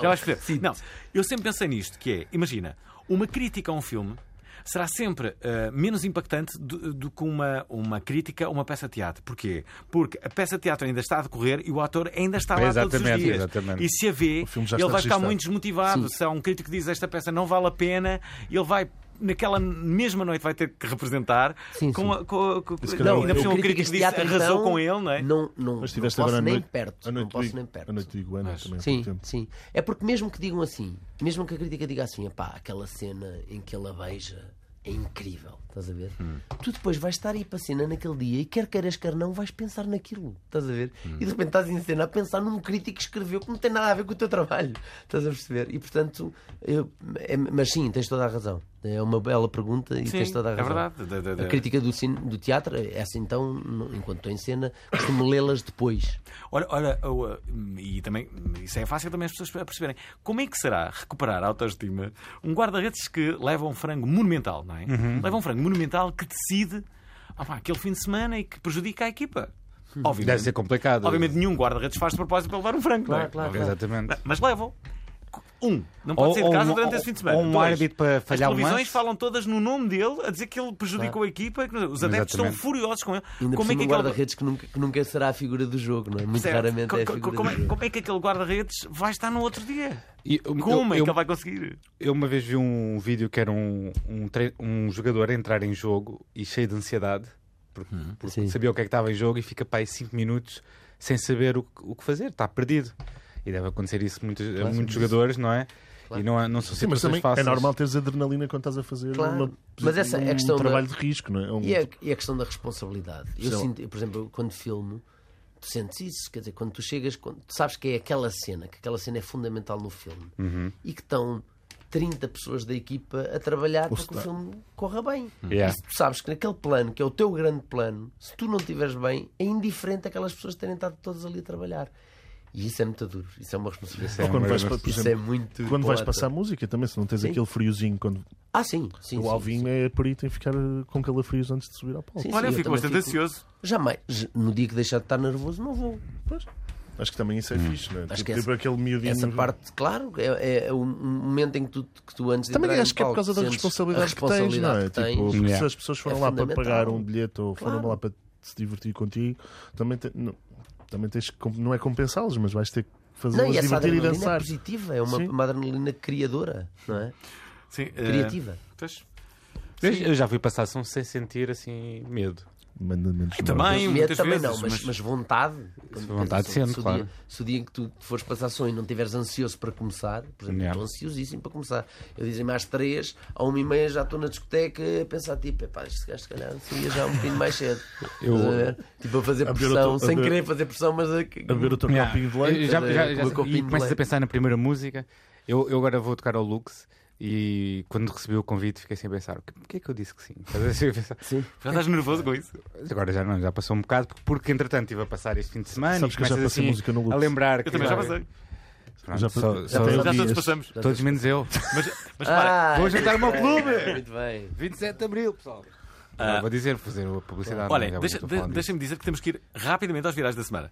Speaker 1: já vais perceber. Não, eu sempre pensei nisto, que é, imagina, uma crítica a um filme será sempre eh, menos impactante do, do que uma, uma crítica a uma peça de teatro. Porquê? Porque a peça de teatro ainda está a decorrer e o ator ainda está lá todos os
Speaker 2: Exatamente,
Speaker 1: dias.
Speaker 2: exatamente.
Speaker 1: E se a vê, ele vai
Speaker 3: filme já está
Speaker 1: ficar
Speaker 3: registado.
Speaker 1: muito desmotivado. Se há um crítico que diz esta peça não vale a pena, ele vai. Naquela mesma noite vai ter que representar
Speaker 4: Sim,
Speaker 1: com
Speaker 4: sim.
Speaker 1: a- com- com-
Speaker 3: calhar
Speaker 1: ainda
Speaker 3: eu-
Speaker 1: por cima o
Speaker 4: críticas
Speaker 1: crítico
Speaker 4: de
Speaker 1: disse
Speaker 4: teatro,
Speaker 1: arrasou
Speaker 4: então,
Speaker 1: com ele, não é?
Speaker 4: Não, não,
Speaker 3: Mas
Speaker 4: não
Speaker 3: tiveste
Speaker 4: posso
Speaker 3: agora a
Speaker 4: nem
Speaker 3: noite.
Speaker 4: perto.
Speaker 3: A
Speaker 4: não
Speaker 3: noite do
Speaker 4: posso
Speaker 3: Ig-
Speaker 4: nem perto.
Speaker 3: A noite do Iguana também há
Speaker 4: Sim,
Speaker 3: pouco tempo.
Speaker 4: sim. É porque mesmo que digam assim, mesmo que a crítica diga assim, pá, aquela cena em que ela beija é incrível, estás a ver?
Speaker 1: Hum.
Speaker 4: Tu depois vais estar aí para a cena naquele dia e quer queiras, quer não, vais pensar naquilo, estás a ver?
Speaker 1: Hum.
Speaker 4: E de repente estás em cena a pensar num crítico que escreveu que não tem nada a ver com o teu trabalho, estás a perceber? E portanto, eu- é- mas sim, tens toda a razão. É uma bela pergunta e
Speaker 1: Sim,
Speaker 4: tens toda a
Speaker 1: é
Speaker 4: razão.
Speaker 1: verdade. Da- da- da-
Speaker 4: A crítica do, cine- do teatro, essa então, no- enquanto estou em cena, costumo lê-las depois.
Speaker 1: Olha, olha, eu, uh, e também isso é fácil também as pessoas perceberem. Como é que será recuperar a autoestima um guarda-redes que leva um frango monumental, não é? Leva um frango monumental que decide ah, pá, aquele fim de semana e que prejudica a equipa. Obviamente,
Speaker 2: Deve ser complicado.
Speaker 1: obviamente nenhum guarda-redes faz de propósito para levar um frango, não é?
Speaker 4: Claro, claro, claro.
Speaker 2: Exatamente.
Speaker 1: Mas levam. Um, não pode sair de casa
Speaker 2: um-
Speaker 1: durante esse fim de semana.
Speaker 2: ou um
Speaker 1: Dois,
Speaker 2: árbitro para falhar
Speaker 1: As
Speaker 2: um
Speaker 1: televisões
Speaker 2: lance.
Speaker 1: falam todas no nome dele a dizer que ele prejudicou a equipa. que não- Os adeptos estão
Speaker 2: Exatamente.
Speaker 1: furiosos com ele. como
Speaker 4: Ainda por
Speaker 1: é que
Speaker 4: cima, um
Speaker 1: aquele-
Speaker 4: guarda-redes que nunca, que nunca será a figura do jogo, não é? Muito
Speaker 1: Certo.
Speaker 4: raramente
Speaker 1: Co-
Speaker 4: é a
Speaker 1: co-
Speaker 4: figura
Speaker 1: como,
Speaker 4: do
Speaker 1: é,
Speaker 4: jogo.
Speaker 1: como é que aquele guarda-redes vai estar no outro dia?
Speaker 2: E eu-
Speaker 1: Como é
Speaker 2: eu-
Speaker 1: que ele vai conseguir?
Speaker 2: Eu uma vez vi um vídeo que era um, um, tre- um jogador a entrar em jogo e cheio de ansiedade, porque,
Speaker 3: Uhum.
Speaker 2: porque
Speaker 4: Sim.
Speaker 2: sabia o que é que estava em jogo e fica para aí 5 minutos sem saber o, que- o que fazer, está perdido. E deve acontecer isso a muitos, a muitos jogadores, não é? E não, há- não são
Speaker 3: Sim, mas
Speaker 2: situações
Speaker 3: também
Speaker 2: fáceis.
Speaker 3: é normal teres adrenalina quando estás a fazer
Speaker 4: Claro.
Speaker 3: uma-
Speaker 4: Mas essa é a
Speaker 3: um
Speaker 4: questão da-
Speaker 3: trabalho de risco, não é? Um-
Speaker 4: E a, e a questão da responsabilidade. Eu
Speaker 3: Sei lá.
Speaker 4: sinto, eu, por exemplo, eu, quando filmo, tu sentes isso, quer dizer, quando tu chegas, quando, tu sabes que é aquela cena, que aquela cena é fundamental no filme e que estão 30 pessoas da equipa a trabalhar para que o filme corra bem.
Speaker 2: Yeah.
Speaker 4: E se tu sabes que naquele plano, que é o teu grande plano, se tu não estiveres bem, é indiferente aquelas pessoas terem estado todas ali a trabalhar. E isso é muito duro, isso é uma responsabilidade.
Speaker 3: Ou quando vais,
Speaker 2: Isso
Speaker 3: pa- por
Speaker 4: Isso
Speaker 3: exemplo,
Speaker 4: é muito
Speaker 3: quando vais
Speaker 4: poeta.
Speaker 3: passar música também, se não tens aquele friozinho quando
Speaker 4: Ah, sim, sim.
Speaker 3: o
Speaker 4: sim,
Speaker 3: Alvin
Speaker 4: sim.
Speaker 3: é perito em ficar eh, com calafrios antes de subir ao palco.
Speaker 4: Sim,
Speaker 1: Olha, eu
Speaker 4: sim,
Speaker 1: fico
Speaker 4: também
Speaker 1: bastante ansioso.
Speaker 4: Jamais. J- No dia que deixar de estar nervoso, não vou.
Speaker 3: Pois. Acho que também isso é
Speaker 2: Hum.
Speaker 3: fixe, não é?
Speaker 4: Acho
Speaker 3: Tipo,
Speaker 4: que essa-
Speaker 3: tipo aquele miudinho.
Speaker 4: Essa parte, claro, é, é um um momento em que tu, que tu antes de
Speaker 3: Também
Speaker 4: entrar
Speaker 3: acho
Speaker 4: em
Speaker 3: que é por
Speaker 4: palco
Speaker 3: causa da
Speaker 4: sentes
Speaker 3: responsabilidade,
Speaker 4: a responsabilidade
Speaker 3: que tens,
Speaker 4: que
Speaker 3: não é? Tipo,
Speaker 4: tens.
Speaker 2: tens.
Speaker 3: se as pessoas foram
Speaker 4: É
Speaker 3: lá para pagar
Speaker 4: fundamental.
Speaker 3: um bilhete ou foram
Speaker 4: Claro.
Speaker 3: lá para se divertir contigo, também, te- não, também tens que, comp- não é compensá-los, mas vais ter que
Speaker 4: Não,
Speaker 3: fazê-los
Speaker 4: e essa
Speaker 3: divertir e
Speaker 4: adrenalina é
Speaker 3: dançar.
Speaker 4: positiva, é uma,
Speaker 3: Sim.
Speaker 4: uma adrenalina criadora, não é?
Speaker 1: Sim, eh,
Speaker 4: Criativa.
Speaker 1: pois.
Speaker 2: Eu já fui passar som sem sentir assim medo.
Speaker 3: manda menos
Speaker 1: E também,
Speaker 4: Medo
Speaker 1: muitas
Speaker 4: também
Speaker 1: vezes.
Speaker 4: não, mas, mas... vontade. Quando-
Speaker 2: vontade
Speaker 4: se-
Speaker 2: sente,
Speaker 4: se o
Speaker 2: claro.
Speaker 4: Dia, se o dia em que tu fores passar sonho e não estiveres ansioso para começar, por exemplo,
Speaker 2: Yeah.
Speaker 4: estou ansiosíssimo para começar. Eu dizem-me às três, à uma e meia já estou na discoteca a pensar, tipo, epá, este gajo se calhar saía já um bocadinho mais cedo.
Speaker 2: [laughs] Eu-
Speaker 4: Estás a ver? Tipo, a fazer
Speaker 3: A ver o
Speaker 4: pressão,
Speaker 3: teu- a
Speaker 4: sem
Speaker 3: ver-
Speaker 4: querer fazer pressão, mas a,
Speaker 3: A ver é o teu
Speaker 2: Yeah.
Speaker 3: copinho de leite. é
Speaker 2: E Ah, já,
Speaker 4: Fazer
Speaker 2: já, já,
Speaker 4: uma
Speaker 2: e
Speaker 4: copinha de
Speaker 2: começas a
Speaker 4: leite.
Speaker 2: pensar na primeira música. Eu, eu agora vou tocar ao Lux e quando recebi o convite fiquei sem pensar: o que, que é que eu disse que sim? Estás a ver? [laughs] Eu pensava,
Speaker 1: Já estás nervoso com isso?
Speaker 2: Agora já não, já passou um bocado, porque, porque entretanto estive a passar este fim de semana
Speaker 3: Sabes
Speaker 2: e
Speaker 3: que eu já
Speaker 2: começas
Speaker 3: passei
Speaker 2: assim
Speaker 3: música no Lux.
Speaker 2: a lembrar que
Speaker 1: Eu também já
Speaker 2: Claro.
Speaker 1: passei.
Speaker 2: Pronto,
Speaker 3: Já
Speaker 2: só-
Speaker 3: passei-
Speaker 2: só-
Speaker 3: até eu
Speaker 1: Já
Speaker 3: vi
Speaker 1: todos
Speaker 3: este.
Speaker 1: passamos.
Speaker 2: todos menos eu.
Speaker 1: Mas, mas para,
Speaker 4: Ah,
Speaker 2: vou juntar o meu
Speaker 4: muito
Speaker 2: clube.
Speaker 4: bem, Muito bem.
Speaker 2: 27 de Abril, pessoal.
Speaker 1: Ah.
Speaker 2: vou dizer, vou fazer a publicidade. não é? Já
Speaker 1: olha,
Speaker 2: vou-
Speaker 1: deixa-
Speaker 2: vou falar
Speaker 1: de-
Speaker 2: disso.
Speaker 1: deixa-me dizer que temos que ir rapidamente aos virais da semana.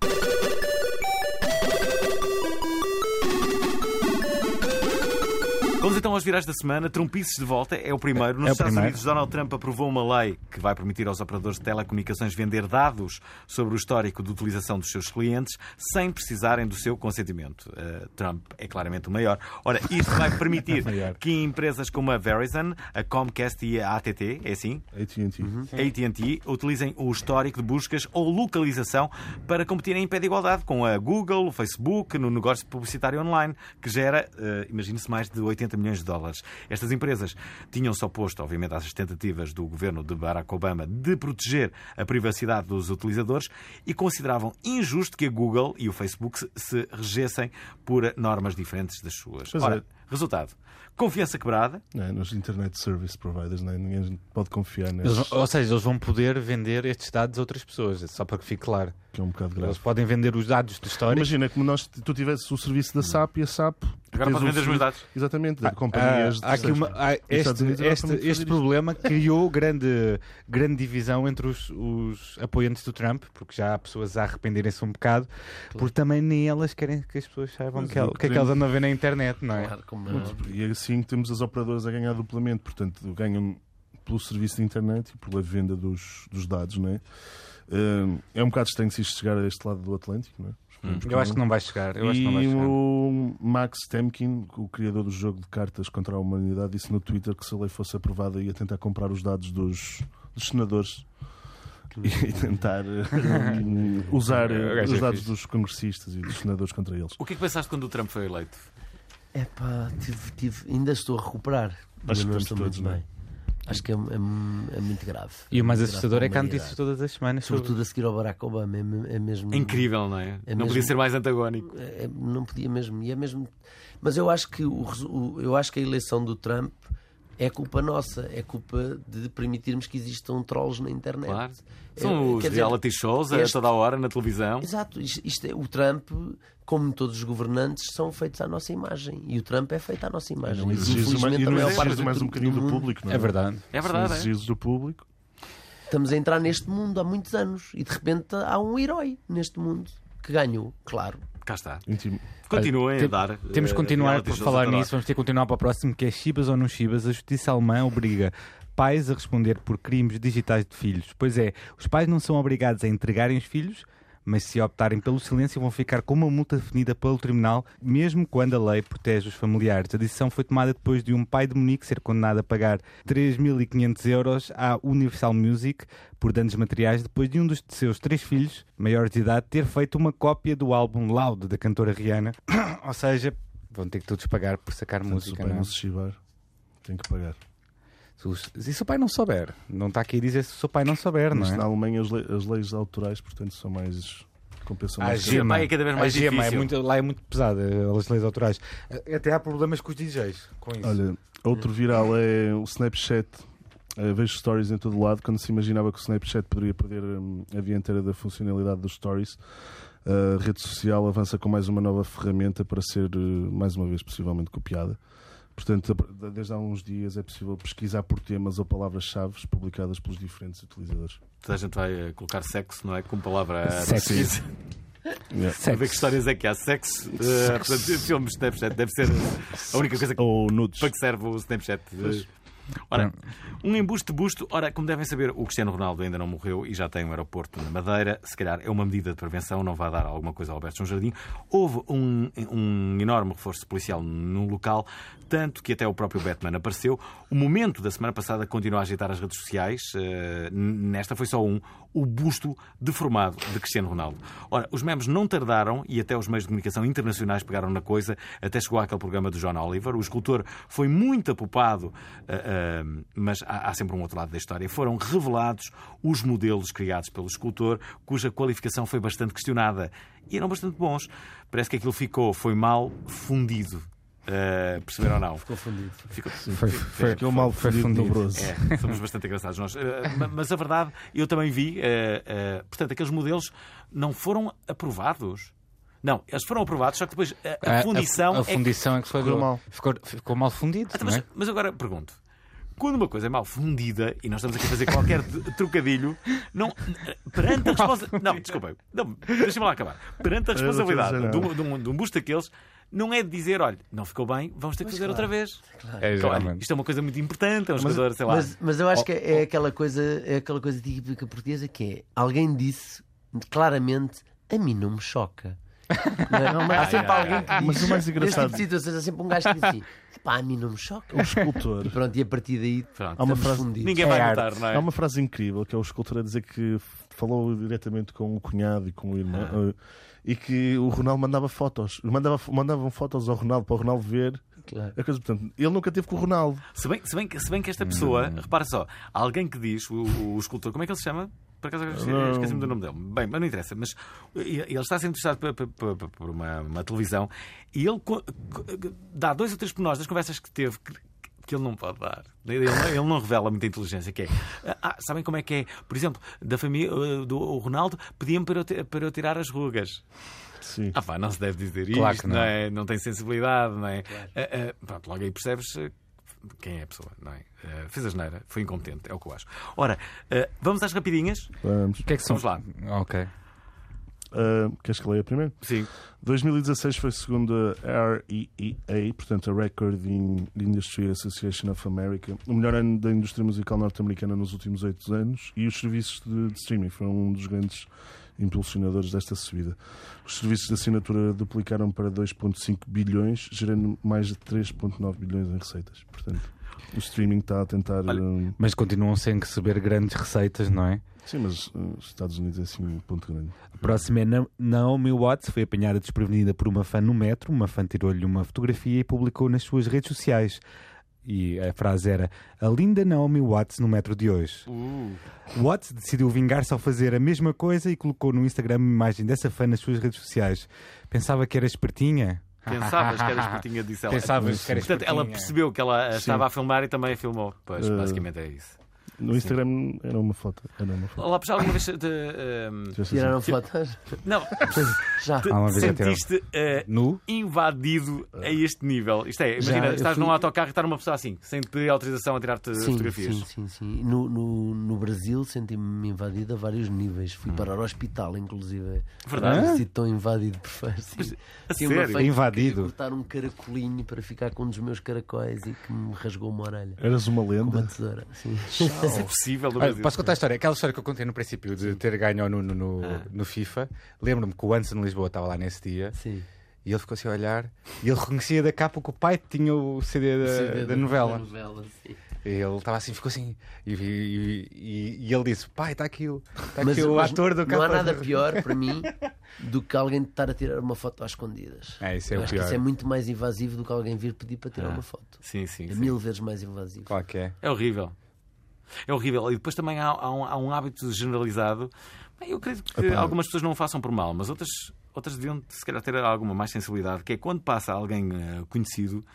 Speaker 1: Vamos então aos virais da semana. Trumpices de volta é o primeiro. Nos
Speaker 2: É o
Speaker 1: Estados
Speaker 2: primeiro.
Speaker 1: Unidos, Donald Trump aprovou uma lei que vai permitir aos operadores de telecomunicações vender dados sobre o histórico de utilização dos seus clientes sem precisarem do seu consentimento. Uh, Trump é claramente o maior. Ora, isto vai
Speaker 2: [laughs]
Speaker 1: permitir que empresas como a Verizon, a Comcast e a AT&T, é assim?
Speaker 3: AT&T.
Speaker 4: Uhum.
Speaker 1: AT&T utilizem o histórico de buscas ou localização para competirem em pé de igualdade com a Google, o Facebook, no negócio publicitário online, que gera, eh, imagine-se, mais de 80 milhões de dólares. Estas empresas tinham se oposto, obviamente, às tentativas do governo de Barack Obama de proteger a privacidade dos utilizadores e consideravam injusto que a Google e o Facebook se- se regessem por normas diferentes das suas.
Speaker 3: Pois é.
Speaker 1: Ora, resultado. Confiança quebrada,
Speaker 3: Não, é? nos internet service providers, não é? ninguém pode confiar
Speaker 2: Eles
Speaker 3: neles,
Speaker 2: vão- ou seja, eles vão poder vender estes dados a outras pessoas, só para que fique claro.
Speaker 3: que é um bocado
Speaker 2: Eles
Speaker 3: grave.
Speaker 2: podem vender os dados de história.
Speaker 3: Imagina como nós, tu tivesses o serviço da SAP e a SAP.
Speaker 1: Agora
Speaker 3: tens
Speaker 1: podes
Speaker 3: um
Speaker 1: vender os meus
Speaker 3: serviço-
Speaker 1: dados.
Speaker 3: Exatamente, de companhias
Speaker 2: Ah, há, há
Speaker 3: de
Speaker 2: aqui uma- há
Speaker 3: Estados
Speaker 2: este,
Speaker 3: Unidos era
Speaker 2: este,
Speaker 3: para fazer
Speaker 2: este
Speaker 3: isto.
Speaker 2: problema criou grande, grande divisão entre os, os apoiantes do Trump, porque já há pessoas a arrependerem-se um bocado, porque também nem elas querem que as pessoas saibam
Speaker 3: Mas
Speaker 2: que é- o
Speaker 3: o
Speaker 2: que é que elas andam a ver na internet, não é?
Speaker 4: Claro, como não.
Speaker 3: E assim temos as operadoras a ganhar duplamente, portanto, ganham pelo serviço de internet e pela venda dos, dos dados, não é? Hum, É um bocado estranho se isto chegar a este lado do Atlântico, não é? Esperemos
Speaker 2: Eu acho que não vai chegar. Eu acho que não vai
Speaker 3: E
Speaker 2: chegar.
Speaker 3: o Max Temkin, o criador do jogo de cartas contra a humanidade, disse no Twitter que se a lei fosse aprovada ia tentar comprar os dados dos, dos senadores e tentar eh, usar
Speaker 2: O
Speaker 3: eh,
Speaker 2: gajo
Speaker 3: os
Speaker 2: é
Speaker 3: dados
Speaker 2: fixe.
Speaker 3: dos congressistas e dos senadores contra eles.
Speaker 1: o que é que pensaste quando o Trump foi eleito?
Speaker 4: Epá, tive, tive, ainda estou a recuperar.
Speaker 3: Acho que
Speaker 4: Ainda não
Speaker 3: estamos
Speaker 4: estou
Speaker 3: todos,
Speaker 4: muito
Speaker 3: não é?
Speaker 4: bem. Acho que é, é- é muito grave.
Speaker 2: E o mais
Speaker 4: Muito grave
Speaker 2: assustador é que
Speaker 4: para a
Speaker 2: há notícias
Speaker 4: humanidade.
Speaker 2: todas as semanas sobre
Speaker 4: Sobretudo a seguir ao Barack Obama, é, me- é mesmo.
Speaker 1: É incrível, não é?
Speaker 4: É
Speaker 1: não
Speaker 4: mesmo.
Speaker 1: podia ser mais antagónico.
Speaker 4: É- é- não podia mesmo. E é mesmo. Mas eu acho que o, resu- o- eu acho que a eleição do Trump é culpa nossa, é culpa de permitirmos que existam trolls na internet.
Speaker 1: Claro.
Speaker 4: É-
Speaker 1: São
Speaker 4: quer
Speaker 1: os
Speaker 4: dizer,
Speaker 1: reality shows a
Speaker 4: este-
Speaker 1: toda a hora na televisão.
Speaker 4: Exato, isto, isto é, o Trump, como todos os governantes, são feitos à nossa imagem. E o Trump é feito à nossa imagem.
Speaker 3: Não exige
Speaker 4: Infelizmente,
Speaker 3: mais, e
Speaker 4: a
Speaker 3: não
Speaker 4: maior parte
Speaker 3: exiges
Speaker 4: do-
Speaker 3: mais um
Speaker 4: do
Speaker 3: bocadinho do
Speaker 4: mundo-
Speaker 3: público, não é?
Speaker 2: É verdade.
Speaker 1: É verdade.
Speaker 3: Se
Speaker 1: é?
Speaker 3: exiges do público.
Speaker 4: Estamos a entrar neste mundo há muitos anos e de repente há um herói neste mundo que ganhou, claro.
Speaker 1: Cá está.
Speaker 3: Intimo.
Speaker 1: Continuem a
Speaker 2: tem-
Speaker 1: dar.
Speaker 2: Temos
Speaker 1: eh,
Speaker 2: que continuar
Speaker 1: reality
Speaker 2: por
Speaker 1: shows
Speaker 2: falar
Speaker 1: a toda
Speaker 2: nisso, vamos ter que continuar para o próximo, que é Chibas ou não Chibas, a justiça alemã obriga pais a responder por crimes digitais de filhos. Pois é, os pais não são obrigados a entregarem os filhos, mas se optarem pelo silêncio vão ficar com uma multa definida pelo tribunal, mesmo quando a lei protege os familiares. A decisão foi tomada depois de um pai de Munique ser condenado a pagar 3.500 euros à Universal Music por danos materiais depois de um dos seus três filhos, maiores de idade, ter feito uma cópia do álbum Loud da cantora Rihanna. Ou seja, vão ter que todos pagar por sacar
Speaker 3: Portanto, se o
Speaker 2: música.
Speaker 3: pai
Speaker 2: Não? é?
Speaker 3: não se chivar, tem que pagar.
Speaker 2: Se os- E se o pai não souber? Não está aqui a dizer se o seu pai não souber, não
Speaker 3: Isto na
Speaker 2: é?
Speaker 3: Alemanha as, le- as leis autorais, portanto, são mais. compensam
Speaker 2: A
Speaker 3: mais.
Speaker 1: gema. pai é cada vez mais
Speaker 2: a gema é
Speaker 1: difícil.
Speaker 2: muito, lá é muito pesada, as leis autorais. Até há problemas com os DJs com isso.
Speaker 3: Olha, outro viral é o Snapchat. Eh, vejo stories em todo lado. Quando se imaginava que o Snapchat poderia perder hum, a dianteira da funcionalidade dos stories, a rede social avança com mais uma nova ferramenta para ser, eh, mais uma vez, possivelmente copiada. Portanto, a- desde há uns dias é possível pesquisar por temas ou palavras-chave publicadas pelos diferentes utilizadores.
Speaker 1: Toda a gente vai eh, colocar sexo, não é? Como palavra. eh,
Speaker 2: Sexo.
Speaker 1: precisa. Para ver que histórias é que há. Sexo. eh, portanto, filmes Snapchat deve ser a única coisa que-
Speaker 3: Ou nudes.
Speaker 1: para que serve o Snapchat. eh. Ora, um embuste de busto. Ora, como devem saber, o Cristiano Ronaldo ainda não morreu e já tem um aeroporto na Madeira. Se calhar é uma medida de prevenção, não vai dar alguma coisa ao Alberto João Jardim. Houve um, um enorme reforço policial no local, tanto que até o próprio Batman apareceu. O momento da semana passada continua a agitar as redes sociais. eh, n- nesta foi só um. o busto deformado de Cristiano Ronaldo. Ora, os memes não tardaram e até os meios de comunicação internacionais pegaram na coisa, até chegou àquele programa do John Oliver. O escultor foi muito apopado, ah, ah, mas há, há sempre um outro lado da história. Foram revelados os modelos criados pelo escultor, cuja qualificação foi bastante questionada. E eram bastante bons. Parece que aquilo ficou, foi mal fundido. Ah, perceberam ou não? Ficou fundido.
Speaker 2: Foi, foi,
Speaker 3: Aquele mal
Speaker 2: foi
Speaker 3: fundido
Speaker 2: fundido.
Speaker 3: dobroso.
Speaker 1: É, somos bastante engraçados nós. Eh, ma- Mas a verdade, eu também vi. eh, eh, portanto, aqueles modelos não foram aprovados. Não, eles foram aprovados, só que depois a- a,
Speaker 2: Ah, A- a-
Speaker 1: fundição.
Speaker 2: a,
Speaker 1: é que-
Speaker 2: fundição é que foi
Speaker 3: ficou
Speaker 2: do-
Speaker 3: mal.
Speaker 2: Ficou, ficou mal fundido.
Speaker 1: Ah,
Speaker 2: não
Speaker 1: mas,
Speaker 2: é?
Speaker 1: mas agora pergunto. Quando uma coisa é mal fundida, e nós estamos aqui a fazer qualquer de- trocadilho, não, eh, perante a responsabilidade. Não, desculpem, não, deixa-me lá acabar. Perante a
Speaker 3: não estou a
Speaker 1: responsabilidade
Speaker 3: dizer
Speaker 1: de
Speaker 3: nada.
Speaker 1: um, de, um, de um busto daqueles, não é de dizer, olha, não ficou bem, vamos ter que fazer outra vez.
Speaker 2: É,
Speaker 1: Então, olha,
Speaker 2: geralmente.
Speaker 1: isto é uma coisa muito importante, é um jogador, sei lá.
Speaker 4: Mas, mas eu acho que é aquela, coisa, é aquela coisa típica portuguesa que é alguém disse claramente a mim não me choca. Não é? Há sempre alguém que diz.
Speaker 3: Mas o mais
Speaker 4: Neste tipo
Speaker 3: engraçado,
Speaker 4: de situações há sempre um gajo que diz assim: pá, a mim não me choca.
Speaker 3: o escultor.
Speaker 4: E pronto, e a partir daí
Speaker 1: Pronto.
Speaker 3: Há uma
Speaker 4: estamos
Speaker 3: frase-
Speaker 4: fundidos.
Speaker 1: Ninguém
Speaker 2: É
Speaker 1: vai
Speaker 2: arte.
Speaker 1: notar, não é?
Speaker 3: Há uma frase incrível que é o escultor a dizer que falou diretamente com o cunhado e com o irmão eh, e que o Ronaldo mandava fotos, mandava, mandavam fotos ao Ronaldo para o Ronaldo ver.
Speaker 4: Claro.
Speaker 3: A coisa, portanto, ele nunca teve com o Ronaldo.
Speaker 1: Se bem, se, bem, que- se bem que esta pessoa, repara só, alguém que diz, o, o escultor, como é que ele se chama? Por acaso agora esqueci-
Speaker 3: Não.
Speaker 1: esqueci-me do nome dele. Bem, mas não interessa. Mas ele ele está a ser entrevistado por, por- por- por uma, uma televisão e ele co- co- dá dois ou três pormenores das conversas que teve que, que ele não pode dar. Ele, não- ele não revela muita inteligência. Que é, ah, sabem como é que é? Por exemplo, da família eh, do o Ronaldo pediam para eu, ti- para eu tirar as rugas.
Speaker 3: Sim.
Speaker 1: Ah, pá, não se deve dizer
Speaker 2: Claro
Speaker 1: isto,
Speaker 2: que não.
Speaker 1: não é? Não tem sensibilidade, não é? Ah, ah, pronto, logo aí percebes ah, quem é a pessoa, não é? Ah, fez a geneira, foi incompetente, é o que eu acho. Ora, ah, vamos às rapidinhas?
Speaker 3: Vamos.
Speaker 2: O que é que são?
Speaker 1: Vamos lá.
Speaker 2: Ok.
Speaker 3: Ah, queres que leia primeiro?
Speaker 1: Sim.
Speaker 3: 2016 foi segundo a REEA, portanto a Recording Industry Association of America, o melhor ano da indústria musical norte-americana nos últimos oito anos e os serviços de, de streaming foram um dos grandes impulsionadores desta subida. Os serviços de assinatura duplicaram para 2,5 bilhões, gerando mais de 3,9 bilhões em receitas. Portanto, o streaming está a tentar.
Speaker 1: Olha.
Speaker 3: hum,
Speaker 2: Mas continuam sem receber grandes receitas, não é?
Speaker 3: sim, mas hum, os Estados Unidos é assim um ponto grande.
Speaker 2: A próxima é Na- Naomi Watts, foi apanhada desprevenida por uma fã no metro. Uma fã tirou-lhe uma fotografia e publicou nas suas redes sociais. E a frase era: A linda Naomi Watts no metro de hoje.
Speaker 1: Uh.
Speaker 2: Watts decidiu vingar-se ao fazer a mesma coisa e colocou no Instagram uma imagem dessa fã nas suas redes sociais. Pensava que era espertinha.
Speaker 1: Pensavas que era espertinha, disse ela.
Speaker 2: Pensavas que era
Speaker 1: Portanto,
Speaker 2: espertinha.
Speaker 1: ela percebeu que ela ah, estava a filmar e também a filmou. Pois,
Speaker 3: Ah.
Speaker 1: basicamente é isso.
Speaker 3: No Instagram era uma foto. Era uma foto.
Speaker 1: Olá, já alguma vez. te, ah,
Speaker 4: Tiraram fotos?
Speaker 1: não,
Speaker 4: Já.
Speaker 2: Ah, uma vez até-
Speaker 1: sentiste ah,
Speaker 2: Nu? Ah.
Speaker 1: invadido a este nível. Isto é,
Speaker 4: Já,
Speaker 1: imagina,
Speaker 4: eu
Speaker 1: estás
Speaker 4: fui-
Speaker 1: num autocarro e está uma pessoa assim, sem te pedir autorização a tirar-te fotografias.
Speaker 4: Sim, sim, sim. No, no, no Brasil senti-me invadido a vários níveis. Fui parar ao hospital, inclusive.
Speaker 1: Hum. Verdade? Ah?
Speaker 4: Não me sinto tão invadido por fãs. Sim.
Speaker 1: a
Speaker 4: Tinha uma
Speaker 1: sério?
Speaker 4: fã que
Speaker 2: Invadido?
Speaker 4: queria cortar um caracolinho para ficar com um dos meus caracóis e que me rasgou uma orelha.
Speaker 3: Eras uma
Speaker 4: Com uma
Speaker 3: lenda.
Speaker 4: tesoura. Sim.
Speaker 2: [laughs]
Speaker 1: Isso é possível do
Speaker 2: Olha,
Speaker 1: Brasil.
Speaker 2: posso contar a história? Aquela história que eu contei no princípio de ter ganho ao Nuno no,
Speaker 1: Ah.
Speaker 2: no FIFA. Lembro-me que o Anderson de Lisboa estava lá nesse dia
Speaker 4: Sim.
Speaker 2: e ele ficou assim a olhar e ele reconhecia da capa que o pai tinha o CD da, da novela.
Speaker 4: sim.
Speaker 2: E ele estava assim, ficou assim. E, e- e- e ele disse: Pai, está aqui, o- está aqui
Speaker 4: Mas-
Speaker 2: o
Speaker 4: mas
Speaker 2: ator do
Speaker 4: Não há
Speaker 2: capa.
Speaker 4: nada pior
Speaker 2: [laughs]
Speaker 4: para mim do que alguém estar a tirar uma foto às escondidas.
Speaker 2: É, isso é
Speaker 4: Eu
Speaker 2: o
Speaker 4: acho
Speaker 2: pior. Ah.
Speaker 4: que isso é muito mais invasivo do que alguém vir pedir para tirar uma foto.
Speaker 1: Sim, sim.
Speaker 4: É
Speaker 1: sim.
Speaker 4: mil vezes mais invasivo.
Speaker 2: Claro que é.
Speaker 1: É horrível. É horrível. E depois também há, há um, há um hábito generalizado. Bem, Eu creio que algumas pessoas não o façam por mal, mas outras, outras deviam, se calhar, ter alguma mais sensibilidade, que é quando passa alguém eh, conhecido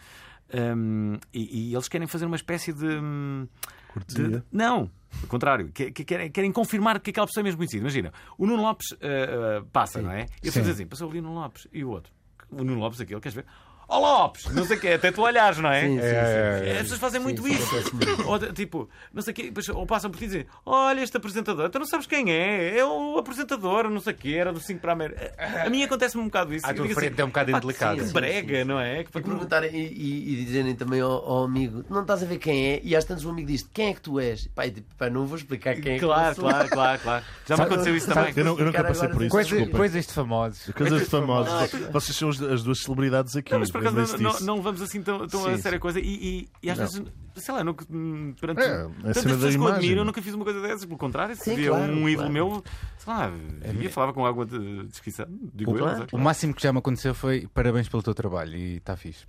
Speaker 1: hum, e, e eles querem fazer uma espécie de. hum,
Speaker 3: Cortesia.
Speaker 1: de- não, ao contrário. Que, que querem, querem confirmar que aquela pessoa é mesmo conhecida. Imagina, o Nuno Lopes eh, eh, passa, não é? E eu fiz assim: passou ali o Nuno Lopes e o outro. O Nuno Lopes, aquele, queres ver? Ó Lopes! Não sei o quê, até tu olhares, não é?
Speaker 4: Sim, sim, sim.
Speaker 1: As pessoas fazem muito
Speaker 4: sim,
Speaker 1: isso. [laughs] Ou, de- tipo, não sei o quê, depois- ou passam por ti e dizem: Olha, este apresentador, tu não sabes quem é? É o apresentador, não sei o quê, era do 5 para a América. A mim acontece-me um bocado isso.
Speaker 2: À
Speaker 1: Eu
Speaker 2: tua
Speaker 1: digo
Speaker 2: frente é um bocado
Speaker 1: "Pá,
Speaker 2: indelicado."
Speaker 1: que
Speaker 4: Sim,
Speaker 1: brega, não é? Que-
Speaker 4: E perguntarem e, e- e dizerem também ao, ao amigo: não estás a ver quem é? E às tantas o amigo diz: quem é que tu és? Pai, tipo, pá, não vou explicar quem é
Speaker 1: Claro,
Speaker 4: que eu sou.
Speaker 1: claro, claro, claro. Já me aconteceu isso também.
Speaker 3: Eu, não, eu nunca
Speaker 4: Cara,
Speaker 3: passei
Speaker 4: agora
Speaker 3: por isso.
Speaker 4: Coisa-
Speaker 2: Coisas,
Speaker 3: desculpa.
Speaker 4: é
Speaker 2: coisas de famosos.
Speaker 4: Ah,
Speaker 3: Coisas famosas. Vocês são as- as duas celebridades aqui.
Speaker 1: Não, mas por acaso não,
Speaker 3: lembra-se
Speaker 1: não,
Speaker 3: disso.
Speaker 1: não levamos assim tão, tão a
Speaker 3: Sim,
Speaker 1: sério a coisa e, e, e às
Speaker 3: Não.
Speaker 1: vezes, sei lá, nunca, hum, perante
Speaker 3: É, a
Speaker 1: tantas
Speaker 3: cena da
Speaker 1: pessoas que eu
Speaker 3: imagem.
Speaker 1: admiro, eu nunca fiz uma coisa dessas, pelo contrário, se
Speaker 4: Sim,
Speaker 1: via
Speaker 4: claro,
Speaker 1: um ídolo
Speaker 4: claro.
Speaker 1: meu, sei lá, via, falava com água de descrição, digo eu,
Speaker 4: Claro.
Speaker 1: mas é
Speaker 2: O
Speaker 1: claro.
Speaker 2: máximo que já me aconteceu foi parabéns pelo teu trabalho e está fixe.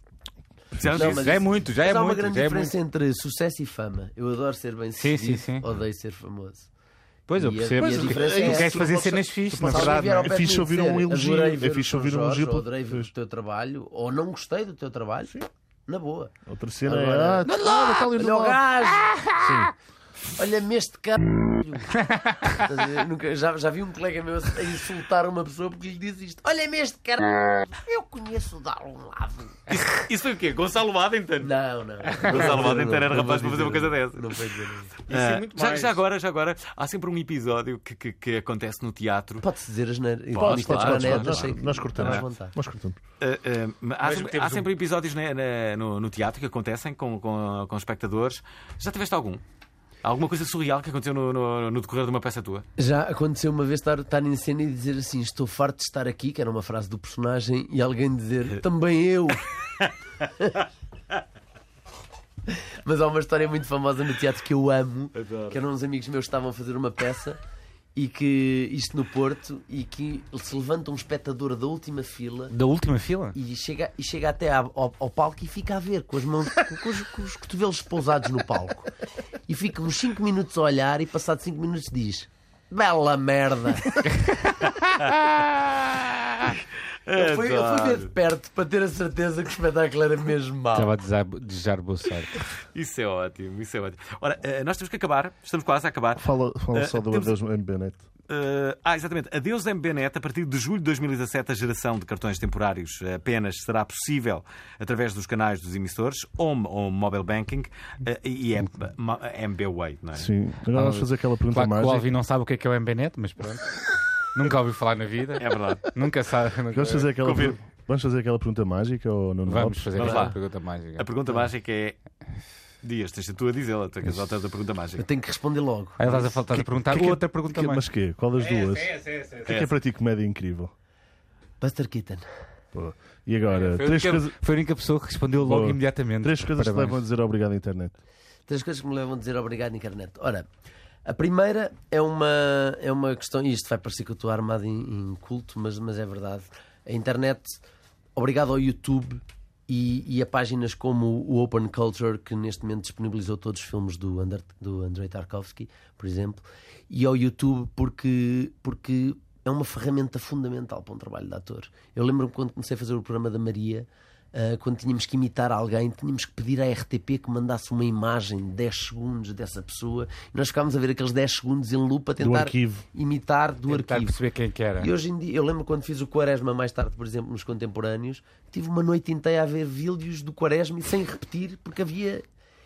Speaker 1: Precisamos
Speaker 4: Não,
Speaker 1: disso.
Speaker 4: mas
Speaker 2: já é muito, já
Speaker 4: Mas
Speaker 2: é
Speaker 4: há
Speaker 2: muito.
Speaker 4: uma grande
Speaker 2: já é
Speaker 4: diferença entre sucesso e fama. Eu adoro ser bem
Speaker 2: Sim,
Speaker 4: sucedido,
Speaker 2: sim, sim.
Speaker 4: odeio ser famoso.
Speaker 2: muito. Pois eu
Speaker 4: E a-
Speaker 2: percebo.
Speaker 4: e a
Speaker 2: Tu
Speaker 4: diferença é
Speaker 2: queres
Speaker 4: essa.
Speaker 2: fazer cenas fixes, na
Speaker 4: Se alguém
Speaker 2: verdade.
Speaker 4: vier
Speaker 2: não
Speaker 4: ao
Speaker 2: é?
Speaker 4: pé de
Speaker 3: fixe
Speaker 4: mim
Speaker 3: ouvir um
Speaker 4: dizer,
Speaker 3: elogio,
Speaker 4: adorei
Speaker 3: é
Speaker 4: ver o
Speaker 3: fixe
Speaker 4: Sr.
Speaker 3: ouvir um
Speaker 4: Jorge,
Speaker 3: elogio pelo-
Speaker 4: Adorei ver o teu trabalho, ou não gostei do teu trabalho, na boa.
Speaker 3: Outra cena
Speaker 4: Agora-
Speaker 3: é. Ah, claro, está ali do
Speaker 4: Olha o
Speaker 3: lado.
Speaker 4: gajo! Olha-me este [laughs] caralho! Estás a ver? Nunca- já, já vi um colega meu a insultar uma pessoa porque lhe disse isto. Olha-me este caralho! Eu conheço de algum lado.
Speaker 1: Isso foi o quê? Gonçalo Badenten?
Speaker 4: Não, não.
Speaker 1: Gonçalo Badenten era
Speaker 4: Não vou
Speaker 1: rapaz para fazer
Speaker 4: dizer
Speaker 1: uma coisa
Speaker 4: isso.
Speaker 1: dessa.
Speaker 4: Não foi dizer isso.
Speaker 1: Ah, já, já agora, já agora, há sempre um episódio que, que, que acontece no teatro.
Speaker 4: Pode-se dizer as neiras. é
Speaker 1: Podes, podes, podes,
Speaker 3: podes, podes. Nós cortamos. Nós cortamos.
Speaker 1: Ah, ah, há sempre,
Speaker 5: temos
Speaker 1: há sempre episódios né, na- no, no teatro que acontecem com, com, com espectadores. Já tiveste algum? Alguma coisa surreal que aconteceu no, no, no decorrer de uma peça tua?
Speaker 4: Já aconteceu uma vez estar, estar em cena e dizer assim: Estou farto de estar aqui, que era uma frase do personagem, e alguém dizer também eu. Mas há uma história muito famosa no teatro que eu amo, que eram uns amigos meus que estavam a fazer uma peça e que isto no Porto e que se levanta um espectador da última fila
Speaker 2: é? Da última fila?
Speaker 4: e chega, e chega até à- ao, ao palco e fica a ver com, as mãos, com, com os, com os cotovelos pousados no palco. E fica uns 5 minutos a olhar e passado 5 minutos diz Bela merda! eu, fui, eu fui ver de perto para ter a certeza que o espetáculo era mesmo mau.
Speaker 2: Estava a desejar- desejar boa sorte.
Speaker 1: Isso é ótimo, isso é ótimo. Ora, ah, nós temos que acabar, estamos quase a acabar.
Speaker 3: Fala, fala
Speaker 1: Eh,
Speaker 3: só do
Speaker 1: temos-
Speaker 3: Adeus MBNet.
Speaker 1: Eh, ah, exatamente. Adeus MBNet. A partir de julho de 2017, a geração de cartões temporários apenas será possível através dos canais dos emissores, Home ou Mobile Banking eh, e M- Ma- MBWay, não é?
Speaker 3: Sim. Agora vamos fazer aquela pergunta
Speaker 2: Claro que o
Speaker 3: mágica.
Speaker 2: Alvin não sabe o que é que é o MBNet, mas
Speaker 4: [laughs]
Speaker 2: pronto. Nunca ouviu falar na vida.
Speaker 1: É verdade.
Speaker 2: Nunca sabe.
Speaker 3: Vamos fazer aquela,
Speaker 1: Confirmo.
Speaker 3: per- vamos fazer aquela pergunta mágica ou não?
Speaker 2: Vamos fazer
Speaker 1: Vamos
Speaker 2: aquela
Speaker 1: lá.
Speaker 2: pergunta mágica.
Speaker 1: [laughs] A pergunta mágica é. Dias, tens de tu a dizê-la, tu é que és a autora da pergunta mágica.
Speaker 4: Eu tenho que responder logo.
Speaker 2: Aí Ah, estás a, fal- estás a perguntar
Speaker 3: que- é-
Speaker 2: outra pergunta
Speaker 3: Que,
Speaker 2: mais.
Speaker 3: mas quê? Qual das duas? O que é que é para ti comédia incrível?
Speaker 4: Buster Keaton.
Speaker 3: Pô. E agora,
Speaker 2: Foi a,
Speaker 3: três,
Speaker 2: única,
Speaker 3: coisas-
Speaker 2: foi a única pessoa que respondeu logo
Speaker 3: Boa.
Speaker 2: imediatamente.
Speaker 3: três coisas que te
Speaker 2: Parabéns.
Speaker 3: levam a dizer obrigado à internet.
Speaker 4: Três coisas que me levam a dizer obrigado, internet. Ora, a primeira é uma, é uma questão, e isto vai parecer que eu estou armado em, em culto, mas, mas é verdade. A internet, obrigado ao YouTube e, e a páginas como o Open Culture, que neste momento disponibilizou todos os filmes do, Ander, do Andrei Tarkovsky, por exemplo, e ao YouTube porque, porque é uma ferramenta fundamental para um trabalho de ator. Eu lembro-me quando comecei a fazer o programa da Maria. Uh, quando tínhamos que imitar alguém, tínhamos que pedir à RTP que mandasse uma imagem de 10 segundos dessa pessoa. E nós ficávamos a ver aqueles 10 segundos em loop a tentar
Speaker 3: arquivo.
Speaker 4: imitar do
Speaker 2: Tentar
Speaker 4: arquivo.
Speaker 2: perceber quem é que era.
Speaker 4: E hoje em dia, eu lembro quando fiz o Quaresma mais tarde, por exemplo, nos contemporâneos, tive uma noite inteira a ver vídeos do Quaresma e sem repetir, porque havia.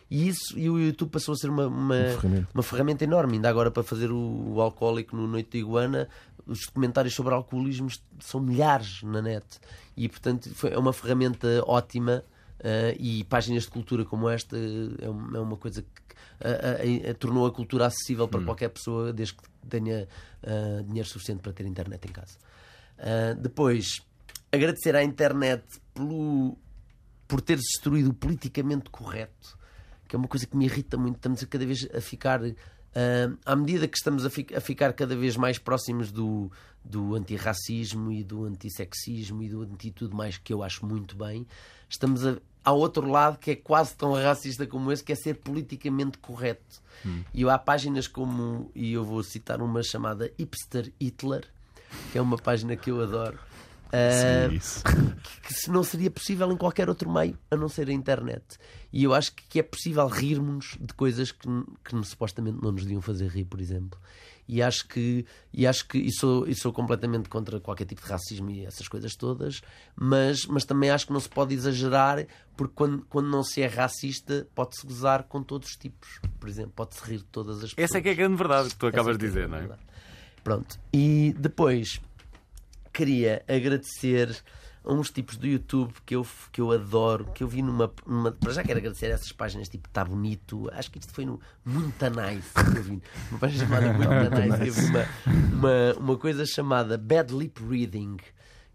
Speaker 4: E isso, e o YouTube passou a ser uma, uma,
Speaker 3: ferramenta.
Speaker 4: uma ferramenta enorme. Ainda agora, para fazer o, o alcoólico no Noite da Iguana, os documentários sobre alcoolismo são milhares na net. E, portanto, foi, é uma ferramenta ótima. eh, e páginas de cultura como esta eh, é, um- é uma coisa que eh, eh, eh, tornou a cultura acessível para qualquer pessoa, desde que tenha eh, dinheiro suficiente para ter internet em casa. Eh, depois, agradecer à internet pelo, por teres destruído o politicamente correto, que é uma coisa que me irrita muito. Estamos a cada vez a ficar. ah, à medida que estamos a, fi- a ficar cada vez mais próximos do, do antirracismo e do antissexismo e do anti tudo mais, que eu acho muito bem, estamos a, há outro lado que é quase tão racista como esse, que é ser politicamente correto. E há páginas como, e eu vou citar uma chamada Hipster Hitler, que é uma página que eu adoro. Ah,
Speaker 3: Isso.
Speaker 4: [laughs] que se não seria possível em qualquer outro meio, a não ser a internet. E eu acho que que é possível rirmos de coisas que, n- que n- supostamente não nos deviam fazer rir, por exemplo. E acho que, e acho que e sou, e sou completamente contra qualquer tipo de racismo e essas coisas todas, mas, mas também acho que não se pode exagerar, porque quando, quando não se é racista, pode-se gozar com todos os tipos, por exemplo, pode-se rir de todas as pessoas.
Speaker 1: Essa é que é a grande verdade que tu acabas
Speaker 4: Essa
Speaker 1: de
Speaker 4: é que
Speaker 1: dizer,
Speaker 4: é a
Speaker 1: não é?
Speaker 4: verdade. Pronto. E depois queria agradecer a uns tipos do YouTube que eu, que eu adoro, que eu vi numa, numa- Para já quero agradecer a essas páginas tipo Tá Bonito, acho que isto foi no Muita Nice que eu vi. Uma página
Speaker 1: [laughs] Tá
Speaker 4: chamada Muita Nice, eu vi uma, uma, uma coisa chamada Bad Lip Reading.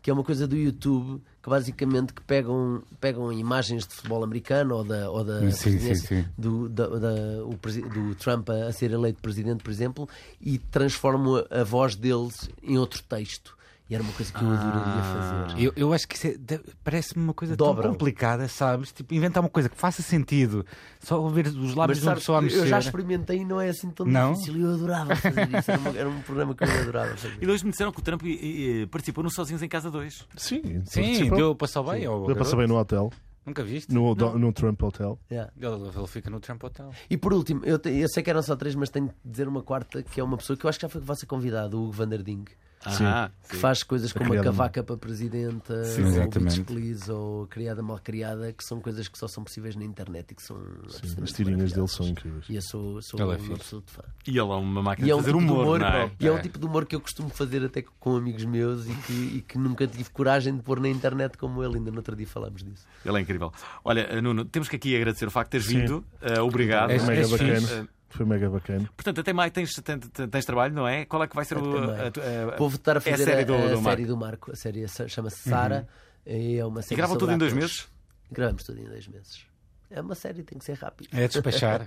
Speaker 4: que é uma coisa do YouTube que basicamente que pegam, pegam imagens de futebol americano ou da, ou da
Speaker 2: Sim,
Speaker 4: presidência
Speaker 2: sim, sim.
Speaker 4: Do, da- da- o presi- do Trump a, a ser eleito presidente, por exemplo, e transformam a, a voz deles em outro texto. E era uma coisa que eu adoraria fazer.
Speaker 2: Eu, eu acho que isso é- de- parece-me uma coisa
Speaker 4: Dobram.
Speaker 2: tão complicada, sabes? Tipo, inventar uma coisa que faça sentido. Só ouvir os lábios
Speaker 4: Mas
Speaker 2: de uma
Speaker 4: sabes,
Speaker 2: pessoa a mexer.
Speaker 4: eu já experimentei e não é assim tão
Speaker 2: Não?
Speaker 4: difícil. e Eu adorava fazer isso. Era, uma- era um programa que eu adorava fazer.
Speaker 2: [laughs]
Speaker 1: E dois me disseram que o Trump eh, eh, participou no Sozinhos em Casa 2.
Speaker 3: Sim,
Speaker 2: Sim,
Speaker 3: participou.
Speaker 2: deu, passou bem. ao
Speaker 3: Eu passei
Speaker 2: garoto.
Speaker 3: bem no hotel,
Speaker 2: Nunca viste?
Speaker 3: no, do- no Trump Hotel.
Speaker 4: Yeah.
Speaker 2: Ele, ele fica no Trump Hotel.
Speaker 4: E por último, eu, te- eu sei que eram só três, mas tenho de dizer uma quarta que é uma pessoa que eu acho que já foi vossa convidada, o Hugo Vanderding,
Speaker 1: Ah,
Speaker 4: que faz coisas como a
Speaker 3: criada
Speaker 4: cavaca para presidenta,
Speaker 2: Sim,
Speaker 4: ou o
Speaker 2: exatamente.
Speaker 4: Beach Please, ou a criada mal criada, que são coisas que só são possíveis na internet e que são absolutamente
Speaker 3: As tirinhas dele são
Speaker 4: maravilhosas.
Speaker 3: incríveis.
Speaker 4: E eu sou, sou
Speaker 2: Ele é
Speaker 4: um
Speaker 2: fixe.
Speaker 4: absoluto fã.
Speaker 1: E ele é uma máquina
Speaker 4: E é
Speaker 1: de
Speaker 4: um,
Speaker 1: fazer
Speaker 4: tipo de
Speaker 1: humor,
Speaker 4: humor,
Speaker 1: não é?
Speaker 4: e é um tipo de humor que eu costumo fazer até com amigos meus e que, e que nunca tive coragem de pôr na internet como ele. Ainda no outro dia falámos disso.
Speaker 1: Ele é incrível. Olha, Nuno, temos que aqui agradecer o facto de teres vindo. Eh, obrigado.
Speaker 2: És-
Speaker 3: Foi É mega
Speaker 2: és
Speaker 3: bacana. Foi mega bacana.
Speaker 1: Portanto, até maio tens, tens, tens trabalho, não é? Qual é que vai ser o.
Speaker 4: Até maio.
Speaker 1: a tu- a-
Speaker 4: Vou voltar a
Speaker 1: é a
Speaker 4: fazer a,
Speaker 1: série do-
Speaker 4: a
Speaker 1: do Marco. Uhum.
Speaker 4: série do Marco. A série sa- chama-se Sara. E é uma série
Speaker 1: e gravam
Speaker 4: sobre
Speaker 1: tudo em dois
Speaker 4: atores.
Speaker 1: meses?
Speaker 4: Gravamos tudo em dois meses. É uma série, tem que ser rápido.
Speaker 2: É [laughs] despachar.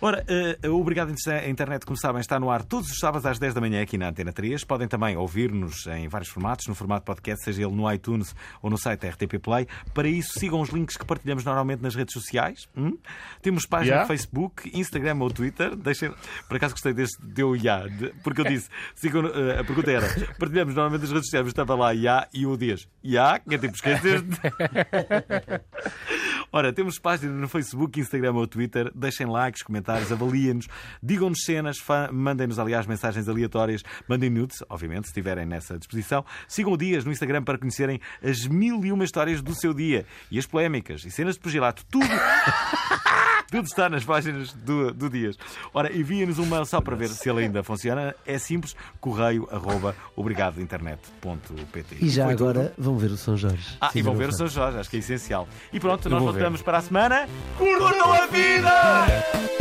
Speaker 1: Ora, eh, o Obrigado Inter- Internet, como sabem, está no ar todos os sábados às 10 da manhã aqui na Antena 3. Podem também ouvir-nos em vários formatos, no formato podcast, seja ele no iTunes ou no site RTP Play. Para isso, sigam os links que partilhamos normalmente nas redes sociais. Hum? Temos página
Speaker 3: Yeah.
Speaker 1: no Facebook, Instagram ou Twitter. Deixem... Por acaso gostei deste, deu ya, de- porque eu disse, [laughs] sigam, eh, a pergunta era, partilhamos normalmente nas redes sociais, mas estava lá ya e o dias. Ya, que é tipo, esqueceste. Ora, temos página no Facebook, Instagram ou Twitter. Deixem likes, comentários, avaliem-nos, digam-nos cenas, fa- mandem-nos, aliás, mensagens aleatórias, mandem nudes, obviamente, se estiverem nessa disposição. Sigam o Dias no Instagram para conhecerem as mil e uma histórias do seu dia e as polémicas e cenas de pugilato. Tudo. [laughs] Tudo está nas páginas do, do Dias. Ora, envia-nos um mail só para ver se ele ainda funciona. É simples, correio arroba obrigadointernet.pt.
Speaker 4: E já
Speaker 1: Foi tudo.
Speaker 4: agora vão ver o São Jorge.
Speaker 1: Ah, e vão ver o São Jorge, acho que é essencial. E pronto, nós voltamos para a semana. Curtam a vida!